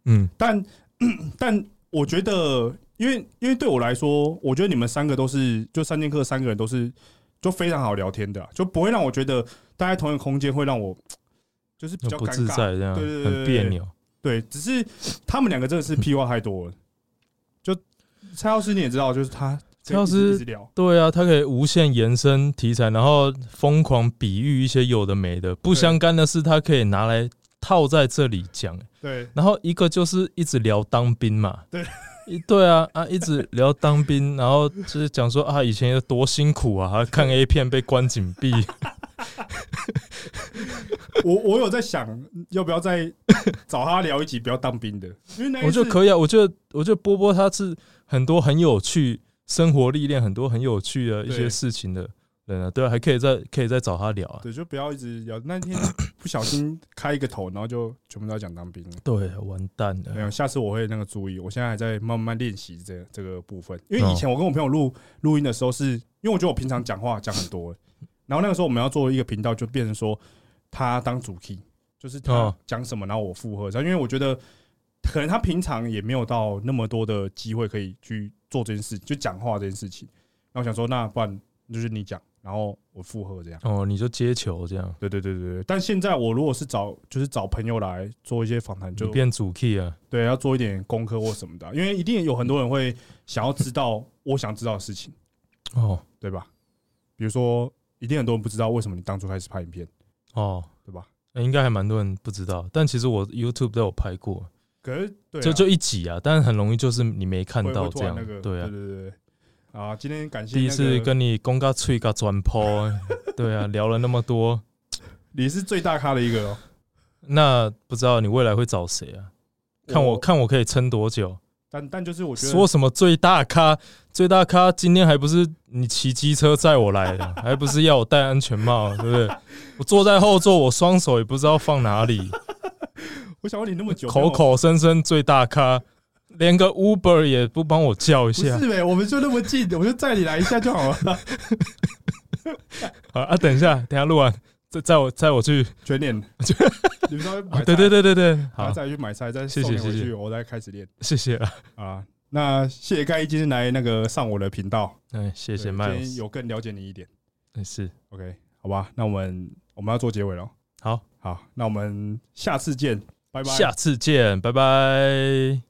[SPEAKER 2] 嗯，
[SPEAKER 1] 但 但我觉得，因为因为对我来说，我觉得你们三个都是就三剑客三个人都是就非常好聊天的啊、就不会让我觉得待在同一个空间会让我就是比
[SPEAKER 2] 就
[SPEAKER 1] 较
[SPEAKER 2] 不
[SPEAKER 1] 尴
[SPEAKER 2] 自
[SPEAKER 1] 尬，
[SPEAKER 2] 在这样，
[SPEAKER 1] 对对对
[SPEAKER 2] 很别扭，
[SPEAKER 1] 对，只是他们两个真的是屁话太多了，就蔡老师你也知道，就是他
[SPEAKER 2] 蔡老师
[SPEAKER 1] 一直一直聊。
[SPEAKER 2] 对啊，它可以无限延伸题材，然后疯狂比喻一些有的没的，不
[SPEAKER 1] 对
[SPEAKER 2] 相干的事，它可以拿来套在这里讲。
[SPEAKER 1] 对，
[SPEAKER 2] 然后一个就是一直聊当兵嘛，
[SPEAKER 1] 对
[SPEAKER 2] 一，对啊啊，一直聊当兵，然后就是讲说啊，以前有多辛苦啊，看 A 片被关禁闭，
[SPEAKER 1] 我我有在想，要不要再找他聊一集不要当兵的，因为那一
[SPEAKER 2] 我觉
[SPEAKER 1] 次
[SPEAKER 2] 得可以啊，我觉得我觉得波波他是很多很有趣生活历练，很多很有趣的一些
[SPEAKER 1] 对
[SPEAKER 2] 事情的人啊，对啊，还可以再可以再找他聊啊，
[SPEAKER 1] 对，就不要一直聊。那天不小心开一个头，然后就全部都要讲当兵了。
[SPEAKER 2] 对，完蛋
[SPEAKER 1] 没
[SPEAKER 2] 了，
[SPEAKER 1] 有，下次我会那个注意。我现在还在慢慢练习这这个部分，因为
[SPEAKER 2] 哦
[SPEAKER 1] 以前我跟我朋友录录音的时候是，因为我觉得我平常讲话讲很多了，然后那个时候我们要做一个频道，就变成说他当主 key，就是他
[SPEAKER 2] 哦
[SPEAKER 1] 讲什么，然后我附和。然后因为我觉得可能他平常也没有到那么多的机会可以去做这件事，就讲话这件事情。然后我想说，那不然就是你讲，然后我附和这样。
[SPEAKER 2] 哦，你就接球这样，
[SPEAKER 1] 对对对对对，但现在我如果是找就是找朋友来做一些访谈，
[SPEAKER 2] 你
[SPEAKER 1] 就
[SPEAKER 2] 变主 key 啊，
[SPEAKER 1] 对，要做一点功课或什么的啊，因为一定有很多人会想要知道我想知道的事情，
[SPEAKER 2] 哦
[SPEAKER 1] 对吧？比如说，一定很多人不知道为什么你当初开始拍影片，
[SPEAKER 2] 哦。
[SPEAKER 1] 对吧？
[SPEAKER 2] 欸应该还蛮多人不知道，但其实我 YouTube 都有拍过，
[SPEAKER 1] 可是，对啊、
[SPEAKER 2] 就就一集啊，但很容易就是你没看
[SPEAKER 1] 会
[SPEAKER 2] 到
[SPEAKER 1] 会突
[SPEAKER 2] 这
[SPEAKER 1] 然
[SPEAKER 2] 样
[SPEAKER 1] 那个，，
[SPEAKER 2] 对啊
[SPEAKER 1] 对。对对。啊，今天感谢、
[SPEAKER 2] 第一次，跟你公嘎脆嘎转 坡，对啊，聊了那么多，
[SPEAKER 1] 你是最大咖的一个哦。
[SPEAKER 2] 那不知道你未来会找谁啊？ 看我，看我可以撑多久？
[SPEAKER 1] 但但就是我觉得
[SPEAKER 2] 说什么最大咖？最大咖今天还不是你骑机车载我来 的，还不是要我戴安全帽，对不对？我坐在后座，我双手也不知道放哪里，
[SPEAKER 1] 我想问你那么久，
[SPEAKER 2] 口口声声最大咖，连个 Uber 也不帮我叫一
[SPEAKER 1] 不
[SPEAKER 2] 下
[SPEAKER 1] 是呗？我们就那么近，我就载你来一下就好了。
[SPEAKER 2] 啊啊！等一下，等一下录完，再载我载我去。
[SPEAKER 1] 全 脸，你们稍微买
[SPEAKER 2] 啊
[SPEAKER 1] 菜，
[SPEAKER 2] 对对对对对，
[SPEAKER 1] 然
[SPEAKER 2] 好
[SPEAKER 1] 后，再去买菜，再
[SPEAKER 2] 谢
[SPEAKER 1] 送
[SPEAKER 2] 谢
[SPEAKER 1] 你回
[SPEAKER 2] 谢谢
[SPEAKER 1] 去，我再开始练
[SPEAKER 2] 谢谢了，
[SPEAKER 1] 啊。那谢谢盖一今天来那个上我的频道，
[SPEAKER 2] 哎，谢谢
[SPEAKER 1] 对
[SPEAKER 2] 麦
[SPEAKER 1] 今
[SPEAKER 2] 老
[SPEAKER 1] 天
[SPEAKER 2] 师，
[SPEAKER 1] 有更了解你一点。
[SPEAKER 2] 哎是
[SPEAKER 1] OK，好吧，那我们我们要做结尾了。
[SPEAKER 2] 好，
[SPEAKER 1] 好，那我们下次见，拜拜。
[SPEAKER 2] 下次见，拜拜。